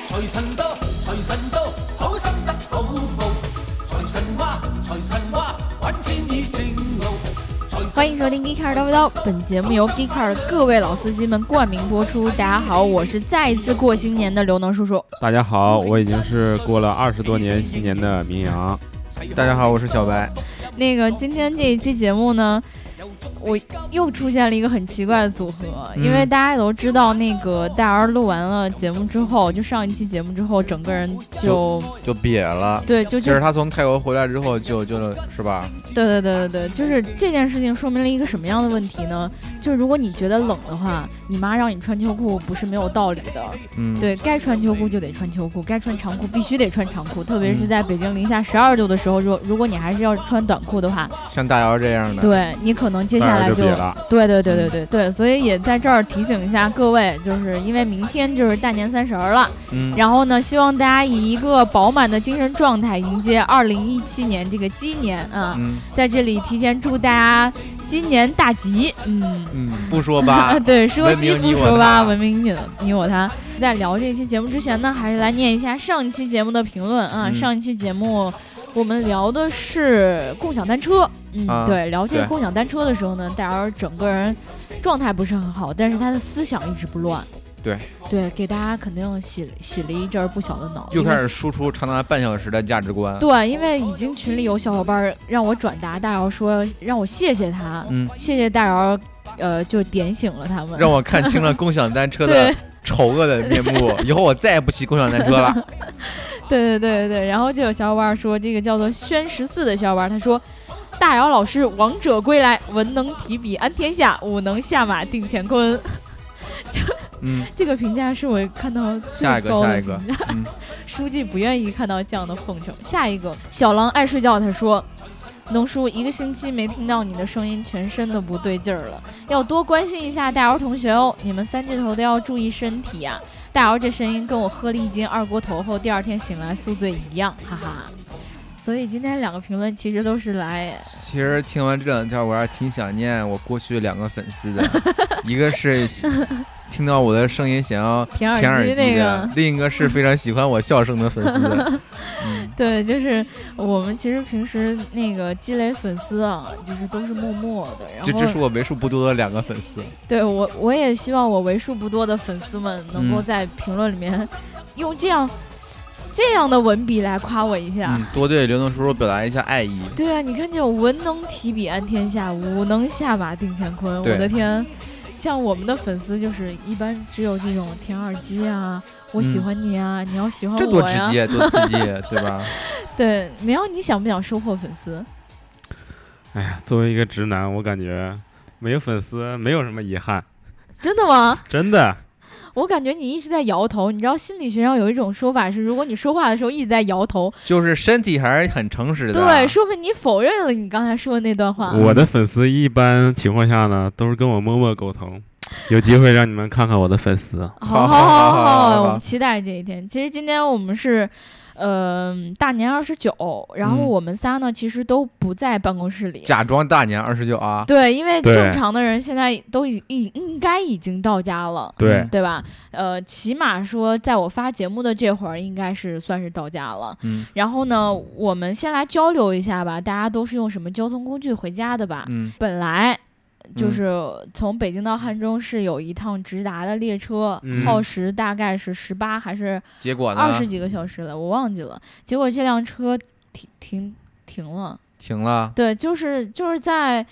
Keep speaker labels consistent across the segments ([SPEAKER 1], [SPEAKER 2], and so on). [SPEAKER 1] 財神到，財神到，好心得好報。財神話，財神話，揾錢已正路。
[SPEAKER 2] 欢迎收听《g e e k a r 叨不叨》，本节目由 g e e k a r 的各位老司机们冠名播出。大家好，我是再一次过新年的刘能叔叔。
[SPEAKER 3] 大家好，我已经是过了二十多年新年的明阳。
[SPEAKER 4] 大家好，我是小白。
[SPEAKER 2] 那个今天这一期节目呢，我又出现了一个很奇怪的组合，
[SPEAKER 4] 嗯
[SPEAKER 2] 因为大家也都知道，那个戴儿录完了节目之后，就上一期节目之后，整个人就
[SPEAKER 4] 就瘪了。
[SPEAKER 2] 对，就
[SPEAKER 4] 就
[SPEAKER 2] 就是
[SPEAKER 4] 他从泰国回来之后就，就是吧，
[SPEAKER 2] 对对对对对，就是这件事情说明了一个什么样的问题呢？就是如果你觉得冷的话，你妈让你穿秋裤不是没有道理的。
[SPEAKER 4] 嗯，，
[SPEAKER 2] 对该穿秋裤就得穿秋裤，该穿长裤必须得穿长裤，特别是
[SPEAKER 4] 嗯
[SPEAKER 2] 在北京零下十二度的时候，如如果你还是要穿短裤的话，
[SPEAKER 4] 像大姚这样的，，
[SPEAKER 2] 对你可能接
[SPEAKER 3] 当
[SPEAKER 2] 下
[SPEAKER 3] 然
[SPEAKER 2] 来
[SPEAKER 3] 就
[SPEAKER 2] 就
[SPEAKER 3] 瘪了，
[SPEAKER 2] 对对对对对对，所以也在这儿提醒一下各位，就是因为明天就是大年三十儿了，
[SPEAKER 4] 嗯，
[SPEAKER 2] 然后呢，希望大家以一个饱满的精神状态迎接二零一七年这个鸡年啊，
[SPEAKER 4] 嗯
[SPEAKER 2] 在这里提前祝大家鸡年大吉，嗯。
[SPEAKER 4] 嗯，不说吧
[SPEAKER 2] 啊，， 对，说
[SPEAKER 4] 文
[SPEAKER 2] 鸡
[SPEAKER 4] 明
[SPEAKER 2] 不
[SPEAKER 4] 你我
[SPEAKER 2] 说吧，
[SPEAKER 4] 他
[SPEAKER 2] 文明你你我他。在聊这期节目之前呢，还是来念一下上一期节目的评论啊。
[SPEAKER 4] 嗯
[SPEAKER 2] 上一期节目我们聊的是共享单车，嗯，
[SPEAKER 4] 啊
[SPEAKER 2] 对，聊这个
[SPEAKER 4] 对
[SPEAKER 2] 共享单车的时候呢，戴尔整个人状态不是很好，但是他的思想一直不乱。
[SPEAKER 4] 对
[SPEAKER 2] 对，给大家肯定洗洗了一阵儿不小的脑，
[SPEAKER 4] 又
[SPEAKER 2] 因为
[SPEAKER 4] 开始输出长达半小时的价值观，
[SPEAKER 2] 对，因为已经群里有小伙伴儿让我转达大姚说让我谢谢他，
[SPEAKER 4] 嗯，
[SPEAKER 2] 谢谢大姚，呃，就点醒了他们，
[SPEAKER 4] 让我看清了共享单车
[SPEAKER 2] 对
[SPEAKER 4] 的丑恶的面目，以后我再也不骑共享单车了。
[SPEAKER 2] 对对对对对，然后就有小伙伴说，这个叫做宣十四的小伙伴，他说。大姚老师，王者归来，文能提笔安天下，武能下马定乾坤。
[SPEAKER 4] 嗯，
[SPEAKER 2] 这个评价是我看到最
[SPEAKER 4] 下一个
[SPEAKER 2] 高的
[SPEAKER 4] 下一个
[SPEAKER 2] 评价
[SPEAKER 4] 嗯
[SPEAKER 2] 书记不愿意看到这样的奉承。下一个，小狼爱睡觉，他说：“农叔，一个星期没听到你的声音，全身都不对劲儿了，要多关心一下大姚同学哦。你们三巨头都要注意身体呀、大姚这声音跟我喝了一斤二锅头后第二天醒来宿醉一样，哈哈。所以今天两个评论其实都是来，
[SPEAKER 4] 其实听完这两条，我还是挺想念我过去两个粉丝的，一个是听到我的声音想要
[SPEAKER 2] 舔耳
[SPEAKER 4] 舔耳
[SPEAKER 2] 机
[SPEAKER 4] 机
[SPEAKER 2] 那
[SPEAKER 4] 的
[SPEAKER 2] 个，，
[SPEAKER 4] 另一个是非常喜欢我笑声的粉丝。嗯。
[SPEAKER 2] 对，就是我们其实平时那个积累粉丝啊，就是都是默默的，然后
[SPEAKER 4] 这这是我为数不多的两个粉丝，
[SPEAKER 2] 对我，我也希望我为数不多的粉丝们能够
[SPEAKER 4] 嗯
[SPEAKER 2] 在评论里面用这样、这样的文笔来夸我一下。
[SPEAKER 4] 嗯，多对刘能叔叔表达一下爱意。
[SPEAKER 2] 对啊，你看这种文能提笔安天下，武能下马定乾坤。我
[SPEAKER 4] 对
[SPEAKER 2] 的天，像我们的粉丝就是一般只有这种舔耳机啊，我喜
[SPEAKER 4] 嗯
[SPEAKER 2] 欢你啊，你要喜欢
[SPEAKER 4] 这多
[SPEAKER 2] 哦我
[SPEAKER 4] 直
[SPEAKER 2] 呀。
[SPEAKER 4] 接，多刺激，对吧？
[SPEAKER 2] 对，苗，你想不想收获粉丝？
[SPEAKER 3] 哎呀，作为一个直男，我感觉没有粉丝没有什么遗憾，
[SPEAKER 2] 真的吗？
[SPEAKER 3] 真的。
[SPEAKER 2] 我感觉你一直在摇头。你知道心理学上有一种说法是，如果你说话的时候一直在摇头，
[SPEAKER 4] 就是身体还是很诚实的。啊
[SPEAKER 2] 对，说明你否认了你刚才说的那段话。
[SPEAKER 3] 我的粉丝一般情况下呢，都是跟我默默沟通。有机会让你们看看我的粉丝，
[SPEAKER 2] 好好
[SPEAKER 4] 好
[SPEAKER 2] 好
[SPEAKER 4] 好好
[SPEAKER 2] 好
[SPEAKER 4] 好
[SPEAKER 2] 好，
[SPEAKER 4] 好
[SPEAKER 2] 我们期待这一天。其实今天我们是，呃，大年二十九，然后
[SPEAKER 4] 嗯
[SPEAKER 2] 我们仨呢其实都不在办公室里。
[SPEAKER 4] 假装大年二十九啊，
[SPEAKER 2] 对，因为
[SPEAKER 3] 对
[SPEAKER 2] 正常的人现在都已已应该已经到家了，
[SPEAKER 3] 对，
[SPEAKER 2] 对吧？呃，起码说在我发节目的这会儿，应该是算是到家了。
[SPEAKER 4] 嗯
[SPEAKER 2] 然后呢，我们先来交流一下吧，大家都是用什么交通工具回家的吧？
[SPEAKER 4] 嗯
[SPEAKER 2] 本来就
[SPEAKER 4] 嗯
[SPEAKER 2] 是从北京到汉中是有一趟直达的列车，
[SPEAKER 3] 嗯
[SPEAKER 2] 耗时大概是十八还是
[SPEAKER 4] 结果呢？
[SPEAKER 2] 二十几个小时了，我忘记了。结果这辆车停停停了，
[SPEAKER 4] 停了，
[SPEAKER 2] 对，就是就是在，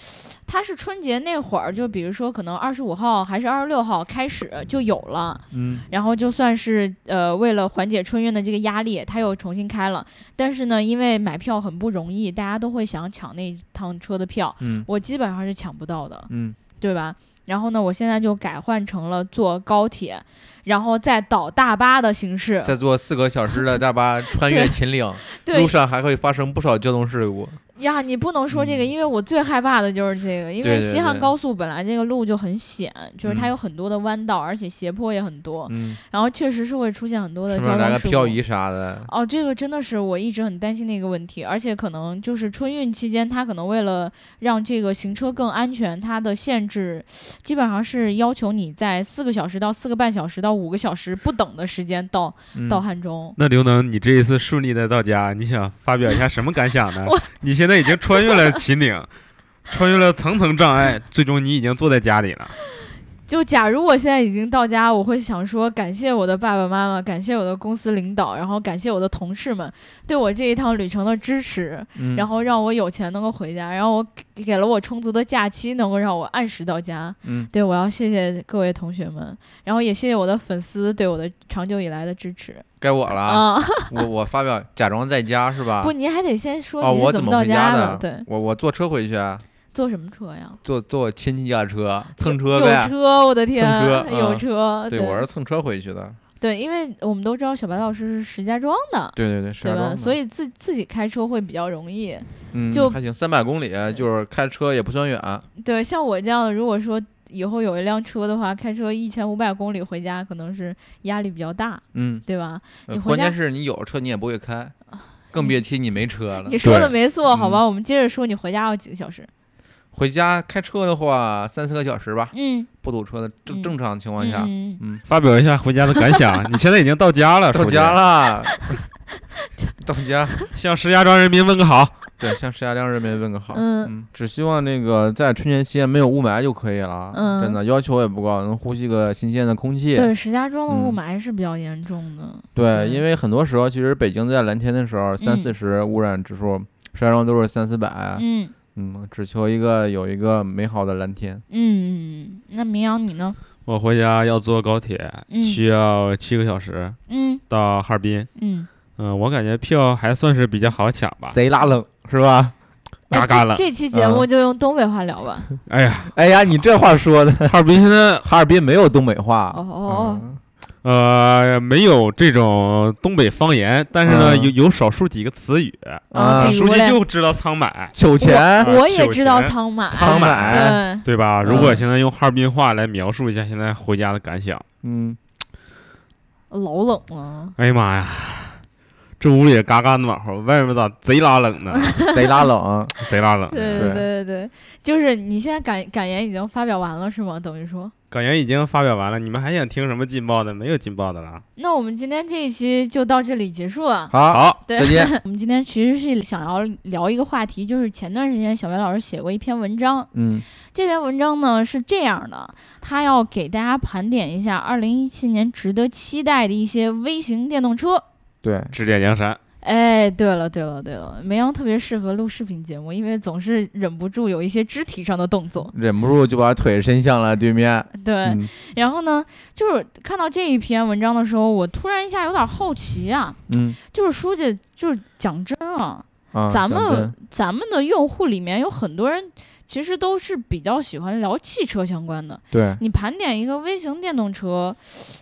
[SPEAKER 2] 它是春节那会儿，就比如说可能二十五号还是二十六号开始就有了，
[SPEAKER 4] 嗯，
[SPEAKER 2] 然后就算是呃为了缓解春运的这个压力，它又重新开了。但是呢，因为买票很不容易，大家都会想抢那趟车的票，
[SPEAKER 4] 嗯
[SPEAKER 2] 我基本上是抢不到的。
[SPEAKER 4] 嗯，
[SPEAKER 2] 对吧？然后呢，我现在就改换成了坐高铁，然后再倒大巴的形式。
[SPEAKER 4] 再坐四个小时的大巴穿越秦岭，
[SPEAKER 2] 对哦
[SPEAKER 4] 路，上还会发生不少交通事故。
[SPEAKER 2] 呀，你不能说这个，
[SPEAKER 4] 嗯
[SPEAKER 2] 因为我最害怕的就是这个，因为
[SPEAKER 4] 对对
[SPEAKER 2] 西汉
[SPEAKER 4] 对
[SPEAKER 2] 高速本来这个路就很险，就是它
[SPEAKER 4] 嗯
[SPEAKER 2] 有很多的弯道，而且斜坡也很多，
[SPEAKER 4] 嗯，
[SPEAKER 2] 然后确实是会出现很多的
[SPEAKER 4] 顺
[SPEAKER 2] 交
[SPEAKER 4] 便来
[SPEAKER 2] 通
[SPEAKER 4] 个
[SPEAKER 2] 事
[SPEAKER 4] 漂
[SPEAKER 2] 故。
[SPEAKER 4] 移啥的，
[SPEAKER 2] 哦，这个真的是我一直很担心的一个问题，而且可能就是春运期间，它可能为了让这个行车更安全，它的限制基本上是要求你在四个小时到四个半小时到五个小时不等的时间到、
[SPEAKER 4] 嗯
[SPEAKER 2] 到汉中。
[SPEAKER 3] 那刘能，你这一次顺利的到家，你想发表一下什么感想呢
[SPEAKER 2] 我？
[SPEAKER 3] 你现在已经穿越了秦岭，穿越了层层障碍，最终你已经坐在家里了。
[SPEAKER 2] 就假如我现在已经到家，我会想说感谢我的爸爸妈妈，感谢我的公司领导，然后感谢我的同事们对我这一趟旅程的支持，
[SPEAKER 4] 嗯
[SPEAKER 2] 然后让我有钱能够回家，然后我给给了我充足的假期，能够让我按时到家。
[SPEAKER 4] 嗯，
[SPEAKER 2] 对，我要谢谢各位同学们，然后也谢谢我的粉丝对我的长久以来的支持
[SPEAKER 4] 该我了啊，
[SPEAKER 2] 啊！
[SPEAKER 4] 我我发表假装在家是吧？
[SPEAKER 2] 不，您还得先说
[SPEAKER 4] 哦，
[SPEAKER 2] 你
[SPEAKER 4] 我
[SPEAKER 2] 是怎
[SPEAKER 4] 么
[SPEAKER 2] 到
[SPEAKER 4] 回家
[SPEAKER 2] 的？
[SPEAKER 4] 的？
[SPEAKER 2] 对，
[SPEAKER 4] 我我坐车回去，啊
[SPEAKER 2] 坐什么车呀？
[SPEAKER 4] 坐坐我亲戚家的车，蹭
[SPEAKER 2] 有
[SPEAKER 4] 车呗。
[SPEAKER 2] 车，我的天，
[SPEAKER 4] 车
[SPEAKER 2] 有
[SPEAKER 4] 嗯
[SPEAKER 2] 车。
[SPEAKER 4] 对，我是蹭车回去的。
[SPEAKER 2] 对，因为我们都知道小白老师是石家庄的，
[SPEAKER 4] 对对对，石
[SPEAKER 2] 对
[SPEAKER 4] 家庄
[SPEAKER 2] 吧？
[SPEAKER 4] 的。
[SPEAKER 2] 所以自自己开车会比较容易。
[SPEAKER 4] 嗯，
[SPEAKER 2] 就
[SPEAKER 4] 还行，三百公里就是开车也不算远。
[SPEAKER 2] 对，像我这样的，如果说以后有一辆车的话，开车一千五百公里回家，可能是压力比较大，
[SPEAKER 4] 嗯，
[SPEAKER 2] 对吧？
[SPEAKER 4] 呃
[SPEAKER 2] 你回
[SPEAKER 4] 关
[SPEAKER 2] 家啊
[SPEAKER 4] 键是你有车你也不会开，更别提你没车了
[SPEAKER 2] 你。说的
[SPEAKER 3] 对
[SPEAKER 2] 没错，好吧？
[SPEAKER 4] 嗯
[SPEAKER 2] 我们接着说，你回家要几个小时？
[SPEAKER 4] 回家开车的话，三四个小时吧，
[SPEAKER 2] 嗯，
[SPEAKER 4] 不堵车的正
[SPEAKER 2] 嗯
[SPEAKER 4] 正常情况
[SPEAKER 2] 嗯
[SPEAKER 4] 下，
[SPEAKER 2] 嗯嗯
[SPEAKER 3] 发表一下回家的感想。 你现在已经到家了，
[SPEAKER 4] 到
[SPEAKER 3] 书记
[SPEAKER 4] 家，了，到家。
[SPEAKER 3] 向石家庄人民问个好。
[SPEAKER 4] 对，向石家庄人民问个好。
[SPEAKER 2] 嗯
[SPEAKER 4] 只希望那个在春节期间没有雾霾就可以了。
[SPEAKER 2] 嗯
[SPEAKER 4] 真的要求也不高，能呼吸个新鲜的空气。
[SPEAKER 2] 对，石家庄的雾
[SPEAKER 4] 嗯
[SPEAKER 2] 霾是比较严重的。
[SPEAKER 4] 对，因
[SPEAKER 2] 为
[SPEAKER 4] 为很多时候其实北京在蓝天的时候，三四十污染指数，石家庄都是三四百。
[SPEAKER 2] 嗯
[SPEAKER 4] 嗯，只求一个有一个美好的蓝天。
[SPEAKER 2] 嗯，那明阳你呢？
[SPEAKER 3] 我回家要坐高铁，
[SPEAKER 4] 哎
[SPEAKER 2] 嗯
[SPEAKER 3] 需要七个小时
[SPEAKER 2] 嗯
[SPEAKER 3] 到哈尔滨。
[SPEAKER 2] 嗯，
[SPEAKER 3] 嗯，我感觉票还算是比较好抢吧。
[SPEAKER 4] 贼拉冷是吧？
[SPEAKER 2] 哎
[SPEAKER 3] 嘎嘎了
[SPEAKER 2] 这这期节
[SPEAKER 4] 嗯
[SPEAKER 2] 目就用东北话聊吧。
[SPEAKER 3] 哎呀，
[SPEAKER 4] 哎呀，你这话说的，
[SPEAKER 3] 哈尔滨现在
[SPEAKER 4] 哈尔滨没有东北话。
[SPEAKER 2] 哦哦
[SPEAKER 4] 嗯
[SPEAKER 3] 呃没有这种东北方言，但是呢
[SPEAKER 4] 嗯
[SPEAKER 3] 有有少数几个词语，
[SPEAKER 2] 啊，
[SPEAKER 4] 啊
[SPEAKER 2] 比
[SPEAKER 3] 书
[SPEAKER 2] 如
[SPEAKER 3] 记
[SPEAKER 2] 嘞，
[SPEAKER 3] 就知道仓买，
[SPEAKER 4] 秋千
[SPEAKER 3] 啊
[SPEAKER 2] 我也
[SPEAKER 3] 九
[SPEAKER 2] 知道
[SPEAKER 3] 节
[SPEAKER 2] 苍马，
[SPEAKER 4] 哎苍买。
[SPEAKER 2] 对，
[SPEAKER 3] 对吧？
[SPEAKER 4] 嗯
[SPEAKER 3] 如果现在用哈尔滨话来描述一下现在回家的感想，
[SPEAKER 4] 嗯，
[SPEAKER 2] 老冷了。
[SPEAKER 3] 哎呀妈呀，这屋里嘎嘎暖和，外面咋贼拉冷 呢？
[SPEAKER 4] 贼拉冷。
[SPEAKER 3] 贼拉冷。
[SPEAKER 2] 对
[SPEAKER 4] 嗯对
[SPEAKER 2] 对对，就是你现在感感言已经发表完了是吗？等于说，
[SPEAKER 3] 感言已经发表完了，你们还想听什么劲爆的？没有劲爆的了。
[SPEAKER 2] 那我们今天这一期就到这里结束了。
[SPEAKER 4] 好，
[SPEAKER 3] 好，
[SPEAKER 2] 对
[SPEAKER 4] 再见。
[SPEAKER 2] 我们今天其实是想要聊一个话题，就是前段时间小白老师写过一篇文章，
[SPEAKER 4] 嗯
[SPEAKER 2] 这篇文章呢是这样的，他要给大家盘点一下2017年值得期待的一些微型电动车。，
[SPEAKER 4] 对，
[SPEAKER 3] 指点江山。
[SPEAKER 2] 哎，对了对了对了，梅阳特别适合录视频节目，因为总是忍不住有一些肢体上的动作。
[SPEAKER 4] 忍不住就把腿伸向了对面。
[SPEAKER 2] 对，
[SPEAKER 4] 嗯
[SPEAKER 2] 然后呢，就是看到这一篇文章的时候，我突然一下有点好奇啊，
[SPEAKER 4] 嗯
[SPEAKER 2] 就是书记，就是讲真啊，
[SPEAKER 4] 啊，
[SPEAKER 2] 咱
[SPEAKER 4] 讲
[SPEAKER 2] 们
[SPEAKER 4] 真
[SPEAKER 2] 咱们的用户里面有很多人其实都是比较喜欢聊汽车相关的，
[SPEAKER 4] 对。
[SPEAKER 2] 你盘点一个微型电动车，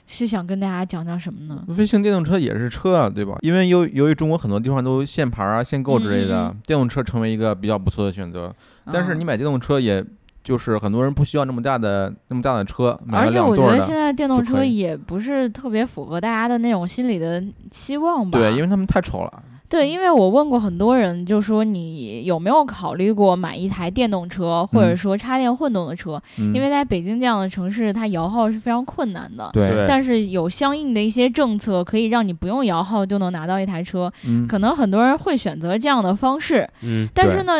[SPEAKER 2] 是想跟大家讲讲什么呢？
[SPEAKER 4] 微型电动车也是车啊，对吧？因为由由于中国很多地方都限牌啊、限购之类的，
[SPEAKER 2] 嗯嗯
[SPEAKER 4] 电动车成为一个比较不错的选择。但是
[SPEAKER 2] 嗯
[SPEAKER 4] 你买电动车，也就是很多人不需要那么大的那么大的车，买
[SPEAKER 2] 而
[SPEAKER 4] 了
[SPEAKER 2] 且
[SPEAKER 4] 两
[SPEAKER 2] 我觉
[SPEAKER 4] 座
[SPEAKER 2] 得
[SPEAKER 4] 儿
[SPEAKER 2] 现
[SPEAKER 4] 的。
[SPEAKER 2] 在电动
[SPEAKER 4] 就
[SPEAKER 2] 车
[SPEAKER 4] 可以
[SPEAKER 2] 也不是特别符合大家的那种心理的期望吧？
[SPEAKER 4] 对，因为他们太丑了。
[SPEAKER 2] 对，因为我问过很多人，就说你有没有考虑过买一台电动车，或者
[SPEAKER 4] 嗯
[SPEAKER 2] 说插电混动的车？
[SPEAKER 4] 嗯、
[SPEAKER 2] 因为在北京这样的城市，它摇号是非常困难的。
[SPEAKER 4] 对，
[SPEAKER 3] 对
[SPEAKER 2] 但是有相应的一些政策，可以让你不用摇号就能拿到一台车。
[SPEAKER 4] 嗯，
[SPEAKER 2] 可能很多人会选择这样的方式，
[SPEAKER 3] 嗯，
[SPEAKER 2] 但
[SPEAKER 4] 对
[SPEAKER 2] 是呢，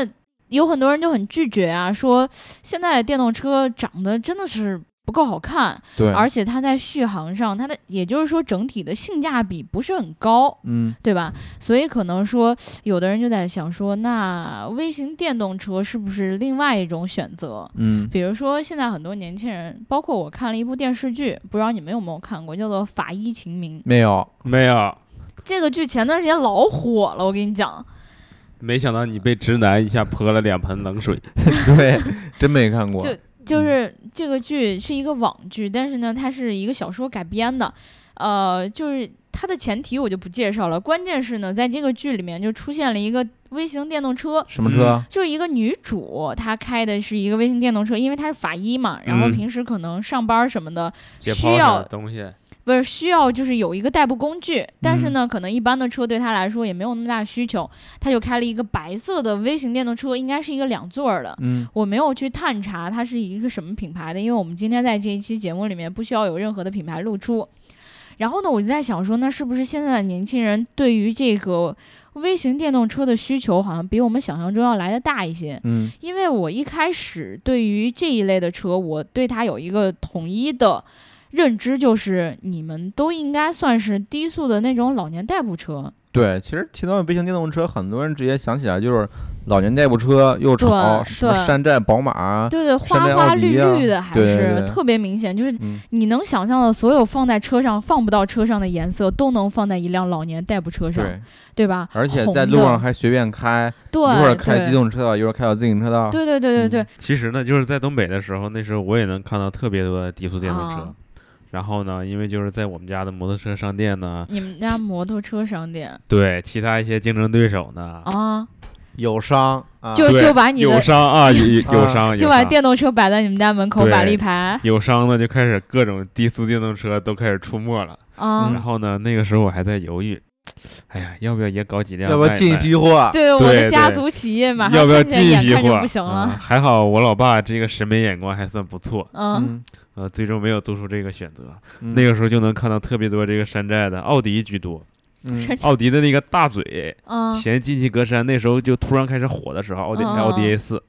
[SPEAKER 2] 有很多人就很拒绝啊，说现在电动车长得真的是不够好看，
[SPEAKER 4] 对，
[SPEAKER 2] 而且它在续航上，它的也就是说整体的性价比不是很高。
[SPEAKER 4] 嗯，
[SPEAKER 2] 对吧？所以可能说，有的人就在想说，那微型电动车是不是另外一种选择？
[SPEAKER 4] 嗯
[SPEAKER 2] 比如说，现在很多年轻人，包括我看了一部电视剧，不知道你们有没有看过，叫做《法医秦明》。
[SPEAKER 4] 没有，
[SPEAKER 3] 没有，
[SPEAKER 2] 这个剧前段时间老火了，我跟你讲，
[SPEAKER 3] 没想到你被直男一下泼了两盆冷水。
[SPEAKER 4] 对，真没看过。
[SPEAKER 2] 就是这个剧是一个网剧，但是呢，它是一个小说改编的，呃，就是它的前提我就不介绍了，关键是呢，在这个剧里面就出现了一个微型电动车，
[SPEAKER 4] 什么车？
[SPEAKER 2] 就是一个女主，她开的是一个微型电动车，因为她是法医嘛，然后
[SPEAKER 3] 嗯
[SPEAKER 2] 平时可能上班什么的，
[SPEAKER 3] 解
[SPEAKER 2] 需
[SPEAKER 3] 剖
[SPEAKER 2] 要
[SPEAKER 3] 的东西，
[SPEAKER 2] 不是需要就是有一个代步工具，但是呢，可能一般的车对她来说也没有那么大需求，她就开了一个白色的微型电动车，应该是一个两座儿的。
[SPEAKER 4] 嗯，
[SPEAKER 2] 我没有去探查它是一个什么品牌的，因为我们今天在这一期节目里面不需要有任何的品牌露出。然后呢，我就在想说，那是不是现在的年轻人对于这个微型电动车的需求，好像比我们想象中要来的大一些？
[SPEAKER 4] 嗯，
[SPEAKER 2] 因为我一开始对于这一类的车，我对它有一个统一的认知，就是你们都应该算是低速的那种老年代步车。
[SPEAKER 4] 对，其实提到微型电动车，很多人直接想起来就是老年代步车，又吵，
[SPEAKER 2] 对
[SPEAKER 4] 什么
[SPEAKER 2] 对
[SPEAKER 4] 山寨、宝马，啊
[SPEAKER 2] 对对，花
[SPEAKER 4] 山寨
[SPEAKER 2] 花
[SPEAKER 4] 奥
[SPEAKER 2] 绿
[SPEAKER 4] 迪啊
[SPEAKER 2] 绿的，还
[SPEAKER 4] 对对
[SPEAKER 2] 是
[SPEAKER 4] 对
[SPEAKER 2] 特别明显，就是
[SPEAKER 4] 嗯，
[SPEAKER 2] 你能想象的所有放在车上放不到车上的颜色，都能放在一辆老年代步车上，
[SPEAKER 4] 对，
[SPEAKER 2] 对吧？
[SPEAKER 4] 而且
[SPEAKER 2] 红
[SPEAKER 4] 在
[SPEAKER 2] 的
[SPEAKER 4] 路上还随便开，
[SPEAKER 2] 对，
[SPEAKER 4] 一会儿开
[SPEAKER 2] 对
[SPEAKER 4] 机动车道，一会儿开到自行车嗯道，
[SPEAKER 2] 对对对对对，
[SPEAKER 3] 其实呢，就是在东北的时候，那时候我也能看到特别多的低速电动车。
[SPEAKER 2] 啊
[SPEAKER 3] 然后呢，因为就是在我们家的摩托车商店呢，
[SPEAKER 2] 你们家摩托车商店
[SPEAKER 3] 对其他一些竞争对手呢，
[SPEAKER 2] 啊，
[SPEAKER 4] 有伤啊，
[SPEAKER 2] 就
[SPEAKER 3] 对
[SPEAKER 2] 就把你
[SPEAKER 3] 友
[SPEAKER 2] 的嗯
[SPEAKER 3] 商啊，友友友
[SPEAKER 4] 啊
[SPEAKER 3] 商，
[SPEAKER 2] 就
[SPEAKER 3] 友
[SPEAKER 2] 把
[SPEAKER 3] 商
[SPEAKER 2] 电动车摆在你们家门口
[SPEAKER 3] 对
[SPEAKER 2] 摆了一排啊
[SPEAKER 3] 友商呢就开始各种低速电动车都开始出没了。
[SPEAKER 2] 啊。
[SPEAKER 4] 嗯
[SPEAKER 3] 然后呢，那个时候我还在犹豫，哎呀，要不要也搞几辆
[SPEAKER 4] 要
[SPEAKER 3] 卖卖？
[SPEAKER 4] 不要进一批货？
[SPEAKER 2] 对我的
[SPEAKER 3] 对
[SPEAKER 2] 家
[SPEAKER 3] 对
[SPEAKER 2] 族企业 马上
[SPEAKER 3] 要不要
[SPEAKER 2] 看起来
[SPEAKER 3] 进一
[SPEAKER 2] 眼
[SPEAKER 3] 批
[SPEAKER 2] 看
[SPEAKER 3] 货？
[SPEAKER 2] 就不行
[SPEAKER 3] 啊
[SPEAKER 2] 了，
[SPEAKER 3] 还好我老爸这个审美眼光还算不错，
[SPEAKER 2] 嗯，
[SPEAKER 4] 嗯，
[SPEAKER 3] 呃，最终没有做出这个选择。那
[SPEAKER 4] 那
[SPEAKER 3] 个时候就能看到特别多这个山寨的，奥迪居多。
[SPEAKER 4] 嗯
[SPEAKER 2] 是
[SPEAKER 3] 奥迪的那个大嘴
[SPEAKER 2] 嗯
[SPEAKER 4] 哦
[SPEAKER 3] 前进气格栅，那时候就突然开始火的时候，奥迪
[SPEAKER 2] 嗯嗯
[SPEAKER 3] 奥迪
[SPEAKER 2] 嗯
[SPEAKER 3] A 四，